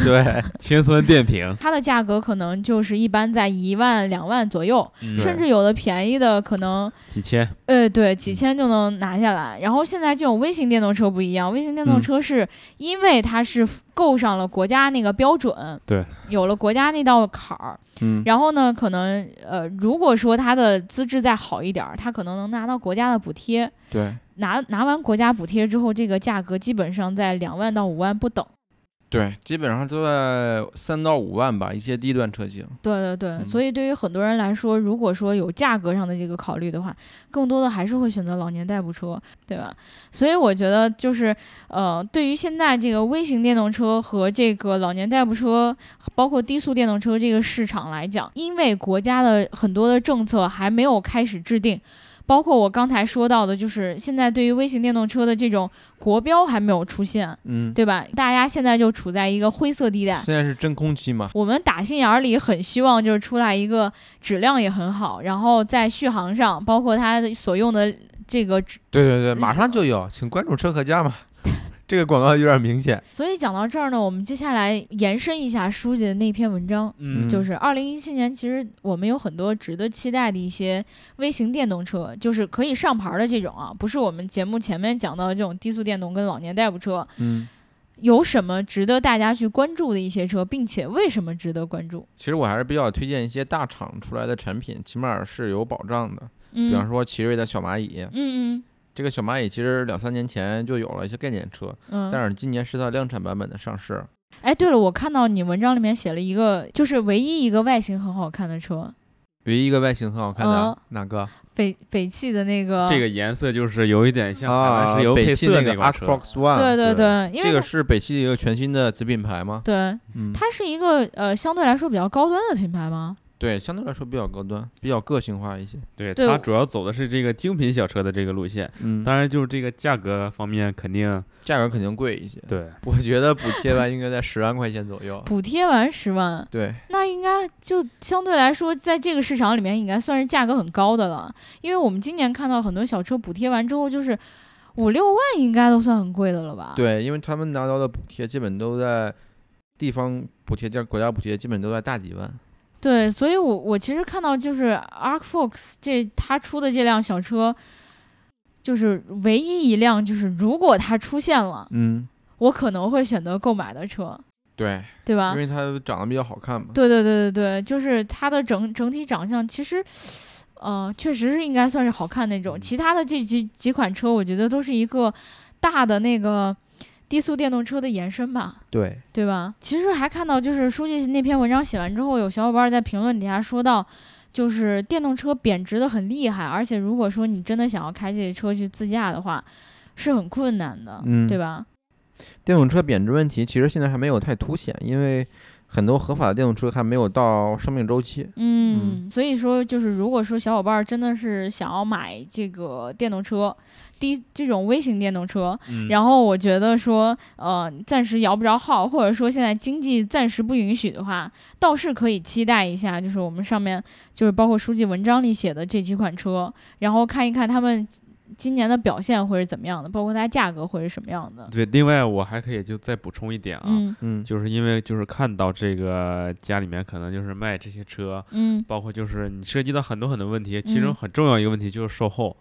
[SPEAKER 4] 对，
[SPEAKER 3] 铅酸电瓶，
[SPEAKER 2] 它的价格可能就是一般在一万、两万左右，
[SPEAKER 3] 嗯
[SPEAKER 2] 甚至有的便宜的可能
[SPEAKER 3] 几千。
[SPEAKER 2] 呃，对，
[SPEAKER 3] 嗯
[SPEAKER 2] 几千就能拿下来。然后现在这种微型电动车不一样，微型电动
[SPEAKER 3] 嗯
[SPEAKER 2] 车是因为它是 f- 够上了国家那个标准，
[SPEAKER 3] 对，
[SPEAKER 2] 有了国家那道坎儿。
[SPEAKER 4] 嗯，
[SPEAKER 2] 然后呢，可能呃，如果说它的资质再好一点儿，它可能能拿到国家的补贴。
[SPEAKER 4] 对
[SPEAKER 2] 拿拿完国家补贴之后，这个价格基本上在两万到五万不等。
[SPEAKER 4] 对，基本上都在三到五万吧，一些低端车型。
[SPEAKER 2] 对对对，
[SPEAKER 4] 嗯
[SPEAKER 2] 所以对于很多人来说，如果说有价格上的这个考虑的话，更多的还是会选择老年代步车，对吧？所以我觉得就是呃，对于现在这个微型电动车和这个老年代步车，包括低速电动车这个市场来讲，因为国家的很多的政策还没有开始制定。包括我刚才说到的，就是现在对于微型电动车的这种国标还没有出现，
[SPEAKER 4] 嗯，
[SPEAKER 2] 对啊吧？大家现在就处在一个灰色地带，
[SPEAKER 4] 现在是真空期嘛？
[SPEAKER 2] 我们打心眼儿里很希望就是出来一个质量也很好，然后在续航上，包括它所用的这个质。
[SPEAKER 4] 对对对，马上就有，请关注车和家嘛。 这个广告有点明显。
[SPEAKER 2] 所以讲到这儿呢，我们接下来延伸一下书记的那篇文章，
[SPEAKER 4] 嗯
[SPEAKER 2] 就是二零一七年，其实我们有很多值得期待的一些微型电动车，就是可以上牌儿的这种啊，不是我们节目前面讲到的这种低速电动跟老年代步车，
[SPEAKER 4] 嗯，
[SPEAKER 2] 有什么值得大家去关注的一些车，并且为什么值得关注？
[SPEAKER 4] 其实我还是比较推荐一些大厂出来的产品，起码是有保障的。
[SPEAKER 2] 嗯，
[SPEAKER 4] 比方说奇瑞的小蚂蚁，
[SPEAKER 2] 嗯嗯
[SPEAKER 4] 这个小蚂蚁其实两三年前就有了一些概念车，
[SPEAKER 2] 嗯，
[SPEAKER 4] 但是今年是它量产版本的上市。
[SPEAKER 2] 哎，对了，我看到你文章里面写了一个，就是唯一一个外形很好看的车，
[SPEAKER 4] 唯一一个外形很好看
[SPEAKER 2] 嗯
[SPEAKER 4] 的哪个？
[SPEAKER 2] 北北汽的那个，
[SPEAKER 3] 这个颜色就是有一点像海
[SPEAKER 4] 啊
[SPEAKER 3] 蓝石，油
[SPEAKER 4] 北
[SPEAKER 3] 配
[SPEAKER 4] 汽
[SPEAKER 3] 色
[SPEAKER 4] 那个
[SPEAKER 3] 款
[SPEAKER 4] Arc
[SPEAKER 3] 车。
[SPEAKER 4] Fox One。
[SPEAKER 2] 对对对，因
[SPEAKER 4] 这
[SPEAKER 2] 为
[SPEAKER 4] 个
[SPEAKER 2] 它
[SPEAKER 4] 是北汽的一个全新的子品牌吗？
[SPEAKER 2] 对
[SPEAKER 4] 嗯，
[SPEAKER 2] 它是一个呃相对来说比较高端的品牌吗？
[SPEAKER 4] 对，相对来说比较高端，比较个性化一些。
[SPEAKER 3] 对，
[SPEAKER 2] 对
[SPEAKER 3] 它
[SPEAKER 2] 我
[SPEAKER 3] 主要走的是这个精品小车的这个路线，
[SPEAKER 4] 嗯，
[SPEAKER 3] 当然就是这个价格方面肯定
[SPEAKER 4] 价格肯定贵一些。
[SPEAKER 3] 对。
[SPEAKER 4] 我觉得补贴完应该在十万块钱左右。
[SPEAKER 2] 补贴完十万，
[SPEAKER 4] 对，
[SPEAKER 2] 那应该就相对来说，在这个市场里面应该算是价格很高的了，因为我们今年看到很多小车补贴完之后就是五六万，应该都算很贵的了吧？，
[SPEAKER 4] 对，因为他们拿到的补贴基本都在地方补贴加国家补贴，基本都在大几万。
[SPEAKER 2] 对，所以我我其实看到就是 Arc Fox 这它出的这辆小车，就是唯一一辆就是如果它出现了，
[SPEAKER 4] 嗯，
[SPEAKER 2] 我可能会选择购买的车，
[SPEAKER 4] 对，
[SPEAKER 2] 对吧
[SPEAKER 4] 因？为它长得比较好看嘛。
[SPEAKER 2] 啊对对对对对，就是它的整整体长相其实。呃，确实是应该算是好看那种。其他的这几几款车，我觉得都是一个大的那个低速电动车的延伸吧。
[SPEAKER 4] 对，
[SPEAKER 2] 对吧？其实还看到，就是书记那篇文章写完之后，有小伙伴在评论底下说到，就是电动车贬值的很厉害，而且如果说你真的想要开这些车去自驾的话，是很困难的，
[SPEAKER 4] 嗯
[SPEAKER 2] 对吧？
[SPEAKER 4] 电动车贬值问题其实现在还没有太凸显，因为很多合法的电动车还没有到生命周期。
[SPEAKER 2] 嗯，所以说就是，如果说小伙伴真的是想要买这个电动车，低这种微型电动车，
[SPEAKER 3] 嗯
[SPEAKER 2] 然后我觉得说，呃，暂时摇不着号，或者说现在经济暂时不允许的话，倒是可以期待一下，就是我们上面就是包括书记文章里写的这几款车，然后看一看他们今年的表现会是怎么样的，包括它价格会是什么样的。
[SPEAKER 3] 对，另外我还可以就再补充一点啊，
[SPEAKER 2] 嗯
[SPEAKER 4] 嗯，
[SPEAKER 3] 就是因为就是看到这个家里面可能就是卖这些车，
[SPEAKER 2] 嗯
[SPEAKER 3] 包括就是你涉及到很多很多问题，其中
[SPEAKER 2] 嗯
[SPEAKER 3] 很重要一个问题就是售后，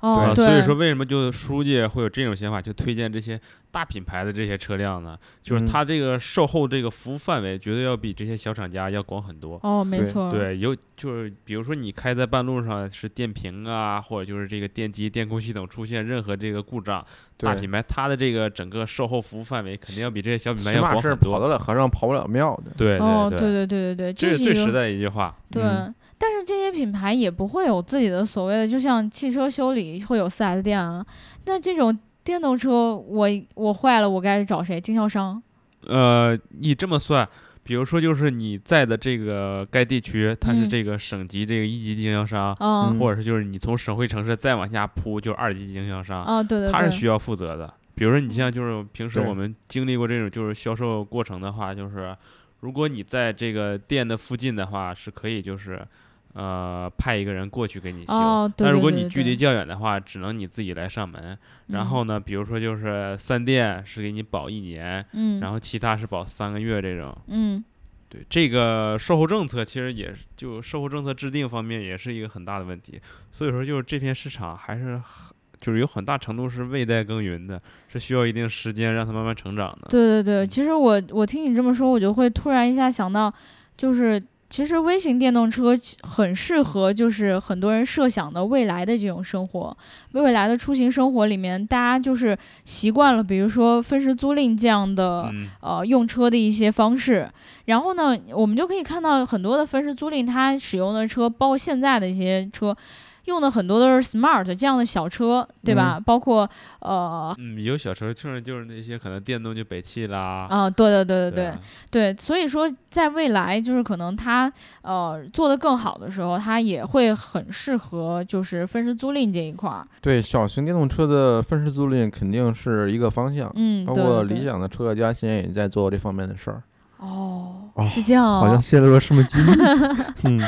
[SPEAKER 2] 哦，
[SPEAKER 3] 啊所以说，为什么就书记会有这种想法，就推荐这些大品牌的这些车辆呢？就是
[SPEAKER 4] 嗯
[SPEAKER 3] 它这个售后这个服务范围绝对要比这些小厂家要广很多。
[SPEAKER 2] 哦，没
[SPEAKER 4] 对
[SPEAKER 2] 错，，
[SPEAKER 3] 对，有就是比如说你开在半路上是电瓶啊，或者就是这个电机、电控系统出现任何这个故障，大
[SPEAKER 4] 对
[SPEAKER 3] 品牌它的这个整个售后服务范围肯定要比这些小品牌
[SPEAKER 4] 起
[SPEAKER 3] 要
[SPEAKER 4] 码
[SPEAKER 3] 广
[SPEAKER 4] 是
[SPEAKER 3] 很
[SPEAKER 4] 跑
[SPEAKER 3] 多。
[SPEAKER 4] 得了和尚跑不了庙的。
[SPEAKER 3] 对
[SPEAKER 2] 哦，
[SPEAKER 3] 对
[SPEAKER 2] 对，对对对对，
[SPEAKER 3] 这
[SPEAKER 2] 这
[SPEAKER 3] 是
[SPEAKER 2] 是一
[SPEAKER 3] 最实
[SPEAKER 2] 个
[SPEAKER 3] 在的一句话。
[SPEAKER 2] 对
[SPEAKER 4] 嗯。
[SPEAKER 2] 但是这些品牌也不会有自己的所谓的，就像汽车修理会有 4S 店啊，那这种电动车我我坏了我该找谁？经销商？
[SPEAKER 3] 呃，你这么算，比如说就是你在的这个该地区，它是
[SPEAKER 2] 嗯
[SPEAKER 3] 这个省级这个一级经销商，
[SPEAKER 2] 啊、
[SPEAKER 4] 嗯
[SPEAKER 3] 或者是就是你从省会城市再往下铺，就是二级经销商，
[SPEAKER 2] 啊，对对对，
[SPEAKER 3] 它是需要负责的。比如说你像就是平时
[SPEAKER 4] 对
[SPEAKER 3] 我们经历过这种就是销售过程的话，就是如果你在这个店的附近的话，是可以就是。呃，派一个人过去给你修，
[SPEAKER 2] 哦对
[SPEAKER 3] 但如
[SPEAKER 2] 对
[SPEAKER 3] 果
[SPEAKER 2] 对
[SPEAKER 3] 你
[SPEAKER 2] 对
[SPEAKER 3] 距
[SPEAKER 2] 嗯
[SPEAKER 3] 离较远的话，只能你自己来上门。然后呢，比如说就是三店是给你保一年，
[SPEAKER 2] 嗯，嗯，
[SPEAKER 3] 然后其他是保三个月这种。
[SPEAKER 2] 嗯，
[SPEAKER 3] 对这个售后政策，其实也是就售后政策制定方面也是一个很大的问题。所以说，就是这片市场还是很就是有很大程度是未待耕耘的，是需要一定时间让它慢慢成长的。
[SPEAKER 2] 对对对，其实我我听你这么说，我就会突然一下想到，就是其实微型电动车其很适合就是很多人设想的未来的这种生活，未来的出行生活里面，大家就是习惯了，比如说分时租赁这样的。
[SPEAKER 3] 嗯，
[SPEAKER 2] 呃用车的一些方式。然后呢，我们就可以看到很多的分时租赁，它使用的车，包括现在的一些车。用的很多都是 smart 这样的小车，对吧？包括呃
[SPEAKER 3] 嗯，有小车就是就是那些可能电动就北汽啦，
[SPEAKER 2] 啊，对对对对
[SPEAKER 3] 对
[SPEAKER 2] 对
[SPEAKER 3] 啊，
[SPEAKER 2] 对，所以说在未来就是可能它呃做得更好的时候，它也会很适合就是分时租赁这一块儿。
[SPEAKER 4] 对，小型电动车的分时租赁肯定是一个方向，
[SPEAKER 2] 嗯，
[SPEAKER 4] 包
[SPEAKER 2] 对
[SPEAKER 4] 括
[SPEAKER 2] 对
[SPEAKER 4] 理想的车友家现在也在做这方面的事儿。
[SPEAKER 2] 哦
[SPEAKER 4] 哦，
[SPEAKER 2] 是这样、哦，
[SPEAKER 4] 泄露了什么机密？嗯，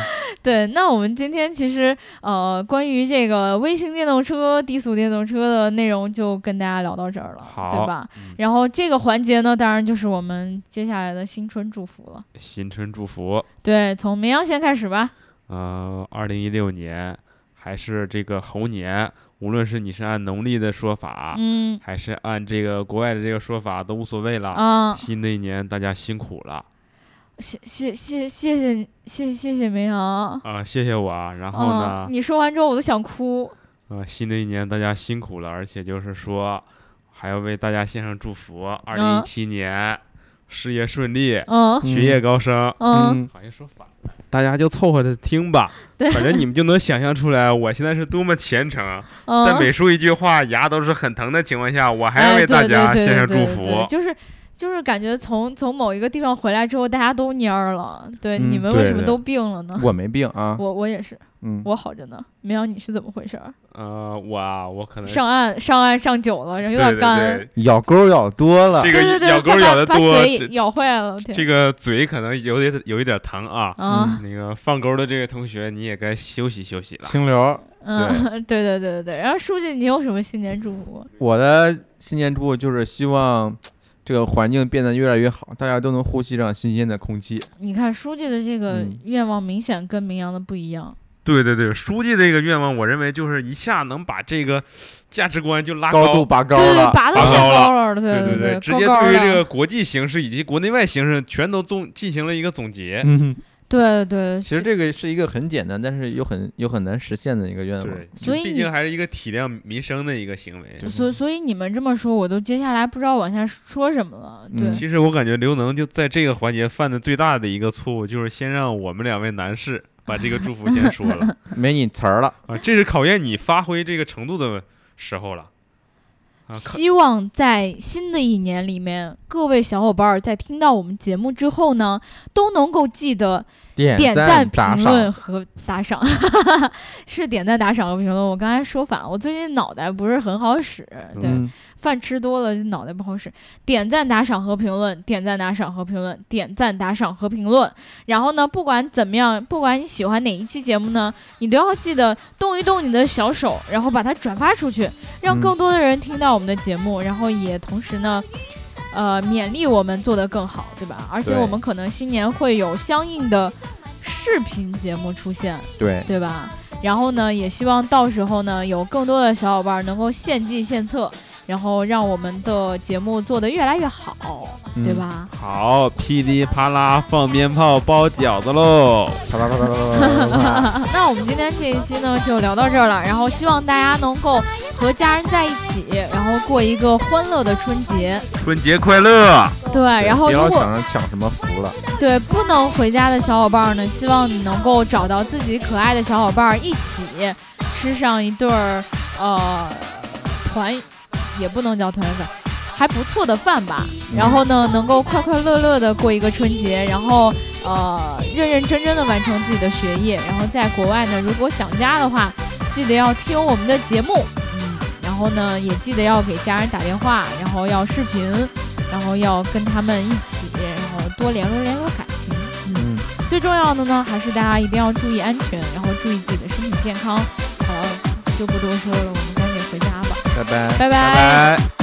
[SPEAKER 2] 对，那我们今天其实呃，关于这个微型电动车、低速电动车的内容就跟大家聊到这儿了，
[SPEAKER 3] 好，
[SPEAKER 2] 对吧？
[SPEAKER 3] 嗯？
[SPEAKER 2] 然后这个环节呢，当然就是我们接下来的新春祝福了。
[SPEAKER 3] 新春祝福，
[SPEAKER 2] 对，从绵阳先开始吧。
[SPEAKER 3] 嗯，二零一六年还是这个猴年，无论是你是按农历的说法，
[SPEAKER 2] 嗯
[SPEAKER 3] 还是按这个国外的这个说法都无所谓了。
[SPEAKER 2] 啊，
[SPEAKER 3] 新的一年大家辛苦了
[SPEAKER 2] 谢谢谢谢谢谢谢谢绵阳。
[SPEAKER 3] 啊、谢谢我啊。然后
[SPEAKER 2] 啊
[SPEAKER 3] 呢，，
[SPEAKER 2] 你说完之后我都想哭。
[SPEAKER 3] 呃，新的一年大家辛苦了，而且就是说，还要为大家献上祝福。二零
[SPEAKER 2] 嗯
[SPEAKER 3] 一七年、事业顺利，
[SPEAKER 2] 嗯
[SPEAKER 3] 学业高升。
[SPEAKER 2] 嗯，
[SPEAKER 4] 嗯
[SPEAKER 3] 好像说反了，大家就凑合着听吧。反正你们就能想象出来，我现在是多么虔诚。啊
[SPEAKER 2] 嗯
[SPEAKER 3] 在每说一句话，牙都是很疼的情况下，我还要
[SPEAKER 2] 哎，
[SPEAKER 3] 为
[SPEAKER 2] 对
[SPEAKER 3] 大
[SPEAKER 2] 对对
[SPEAKER 3] 家
[SPEAKER 2] 对对
[SPEAKER 3] 献上祝
[SPEAKER 2] 对对，
[SPEAKER 3] 福。
[SPEAKER 2] 就是就是感觉从从某一个地方回来之后，大家都蔫儿了。对，你
[SPEAKER 4] 嗯
[SPEAKER 2] 们为
[SPEAKER 3] 对
[SPEAKER 2] 什么
[SPEAKER 3] 对
[SPEAKER 2] 都病了呢？
[SPEAKER 4] 我没病啊，
[SPEAKER 2] 我我也是，
[SPEAKER 4] 嗯，
[SPEAKER 2] 我好着呢。绵阳，你是怎么回事儿？
[SPEAKER 3] 呃，我啊，我可能
[SPEAKER 2] 上岸上岸上久了，然后有点干。
[SPEAKER 3] 对对
[SPEAKER 4] 咬钩咬多了
[SPEAKER 3] 对，这，
[SPEAKER 2] 对对
[SPEAKER 3] 个
[SPEAKER 2] 对，
[SPEAKER 3] 咬
[SPEAKER 2] 快
[SPEAKER 3] 钩
[SPEAKER 2] 把
[SPEAKER 3] 咬的
[SPEAKER 2] 把
[SPEAKER 3] 多，
[SPEAKER 2] 嘴
[SPEAKER 3] 这
[SPEAKER 2] 咬坏了，我天！
[SPEAKER 3] 这个嘴可能有点有一点疼啊。
[SPEAKER 2] 啊，
[SPEAKER 3] 那个放钩的这位同学，你也该休息休息了。
[SPEAKER 4] 清流。
[SPEAKER 2] 嗯，对对对对对。然后书记，你有什么新年祝福？
[SPEAKER 4] 我的新年祝就是希望这个环境变得越来越好，大家都能呼吸上新鲜的空气。
[SPEAKER 2] 你看书记的这个
[SPEAKER 4] 嗯
[SPEAKER 2] 愿望明显跟明阳的不一样。
[SPEAKER 3] 对对对，书记这个愿望，我认为就是一下能把这个价值观就拉
[SPEAKER 4] 高度拔高
[SPEAKER 2] 对对
[SPEAKER 4] 了
[SPEAKER 2] 对，，拔到
[SPEAKER 3] 拔
[SPEAKER 2] 太
[SPEAKER 3] 高
[SPEAKER 2] 高了，对
[SPEAKER 3] 对
[SPEAKER 2] 对，
[SPEAKER 3] 直
[SPEAKER 2] 高
[SPEAKER 3] 接
[SPEAKER 2] 高
[SPEAKER 3] 对于这
[SPEAKER 2] 的
[SPEAKER 3] 个。国际形势以及国内外形势全都总进行了一个总结。
[SPEAKER 4] 嗯哼，
[SPEAKER 2] 对对对，
[SPEAKER 4] 其实这个是一个很简单，但是又很又很难实现的一个愿望。
[SPEAKER 3] 对，
[SPEAKER 2] 嗯所以
[SPEAKER 3] 毕
[SPEAKER 2] 你
[SPEAKER 3] 竟还是一个体谅民生的一个行为。
[SPEAKER 2] 所所以你们这么说，我都接下来不知道往下说什么了。对，
[SPEAKER 4] 嗯
[SPEAKER 3] 其实我感觉刘能就在这个环节犯的最大的一个错误，就是先让我们两位男士把这个祝福先说了
[SPEAKER 4] 没你词儿了，
[SPEAKER 3] 啊，这是考验你发挥这个程度的时候了。啊，考
[SPEAKER 2] 希望在新的一年里面，各位小伙伴儿在听到我们节目之后呢，都能够记得
[SPEAKER 4] 点
[SPEAKER 2] 点赞、
[SPEAKER 4] 赞打
[SPEAKER 2] 评
[SPEAKER 4] 赏
[SPEAKER 2] 论，和打赏， 是点赞、打赏和评论。我刚才说反了，我最近脑袋不是很好使，对，
[SPEAKER 4] 嗯，
[SPEAKER 2] 饭吃多了就脑袋不好使。点赞、打赏和评论，点赞、打赏和评论，点赞、打赏和评论。然后呢，不管怎么样，不管你喜欢哪一期节目呢，你都要记得动一动你的小手，然后把它转发出去，让
[SPEAKER 4] 嗯
[SPEAKER 2] 更多的人听到我们的节目，然后也同时呢。呃，勉励我们做得更好，对吧？而且
[SPEAKER 4] 对
[SPEAKER 2] 我们可能新年会有相应的视频节目出现，
[SPEAKER 4] 对，
[SPEAKER 2] 对吧？然后呢，也希望到时候呢，有更多的小伙伴能够献计献策，然后让我们的节目做得越来越好，对吧？
[SPEAKER 3] 好，噼里啪啦放鞭炮包饺子喽！
[SPEAKER 4] 啪啪啪啪啪啪啪啪。
[SPEAKER 2] 啊那我们今天这一期呢就聊到这儿了，然后希望大家能够和家人在一起，然后过一个欢乐的春节。
[SPEAKER 3] 春节快乐！
[SPEAKER 2] 对，然后
[SPEAKER 4] 别
[SPEAKER 2] 如
[SPEAKER 4] 老
[SPEAKER 2] 果
[SPEAKER 4] 想着抢什么福了，
[SPEAKER 2] 对不能回家的小伙伴呢，希望你能够找到自己可爱的小伙伴一起吃上一顿儿呃团，也不能叫团圆饭。还不错的饭吧，然后呢，能够快快乐乐的过一个春节，然后呃，认认真真的完成自己的学业，然后在国外呢，如果想家的话，记得要听我们的节目，嗯，然后呢，也记得要给家人打电话，然后要视频，然后要跟他们一起，然后多联络联络感情。嗯，
[SPEAKER 4] 嗯，
[SPEAKER 2] 最重要的呢，还是大家一定要注意安全，然后注意自己的身体健康。好了，就不多说了，我们赶紧回家吧，
[SPEAKER 4] 拜拜。
[SPEAKER 2] 拜拜
[SPEAKER 3] 拜拜。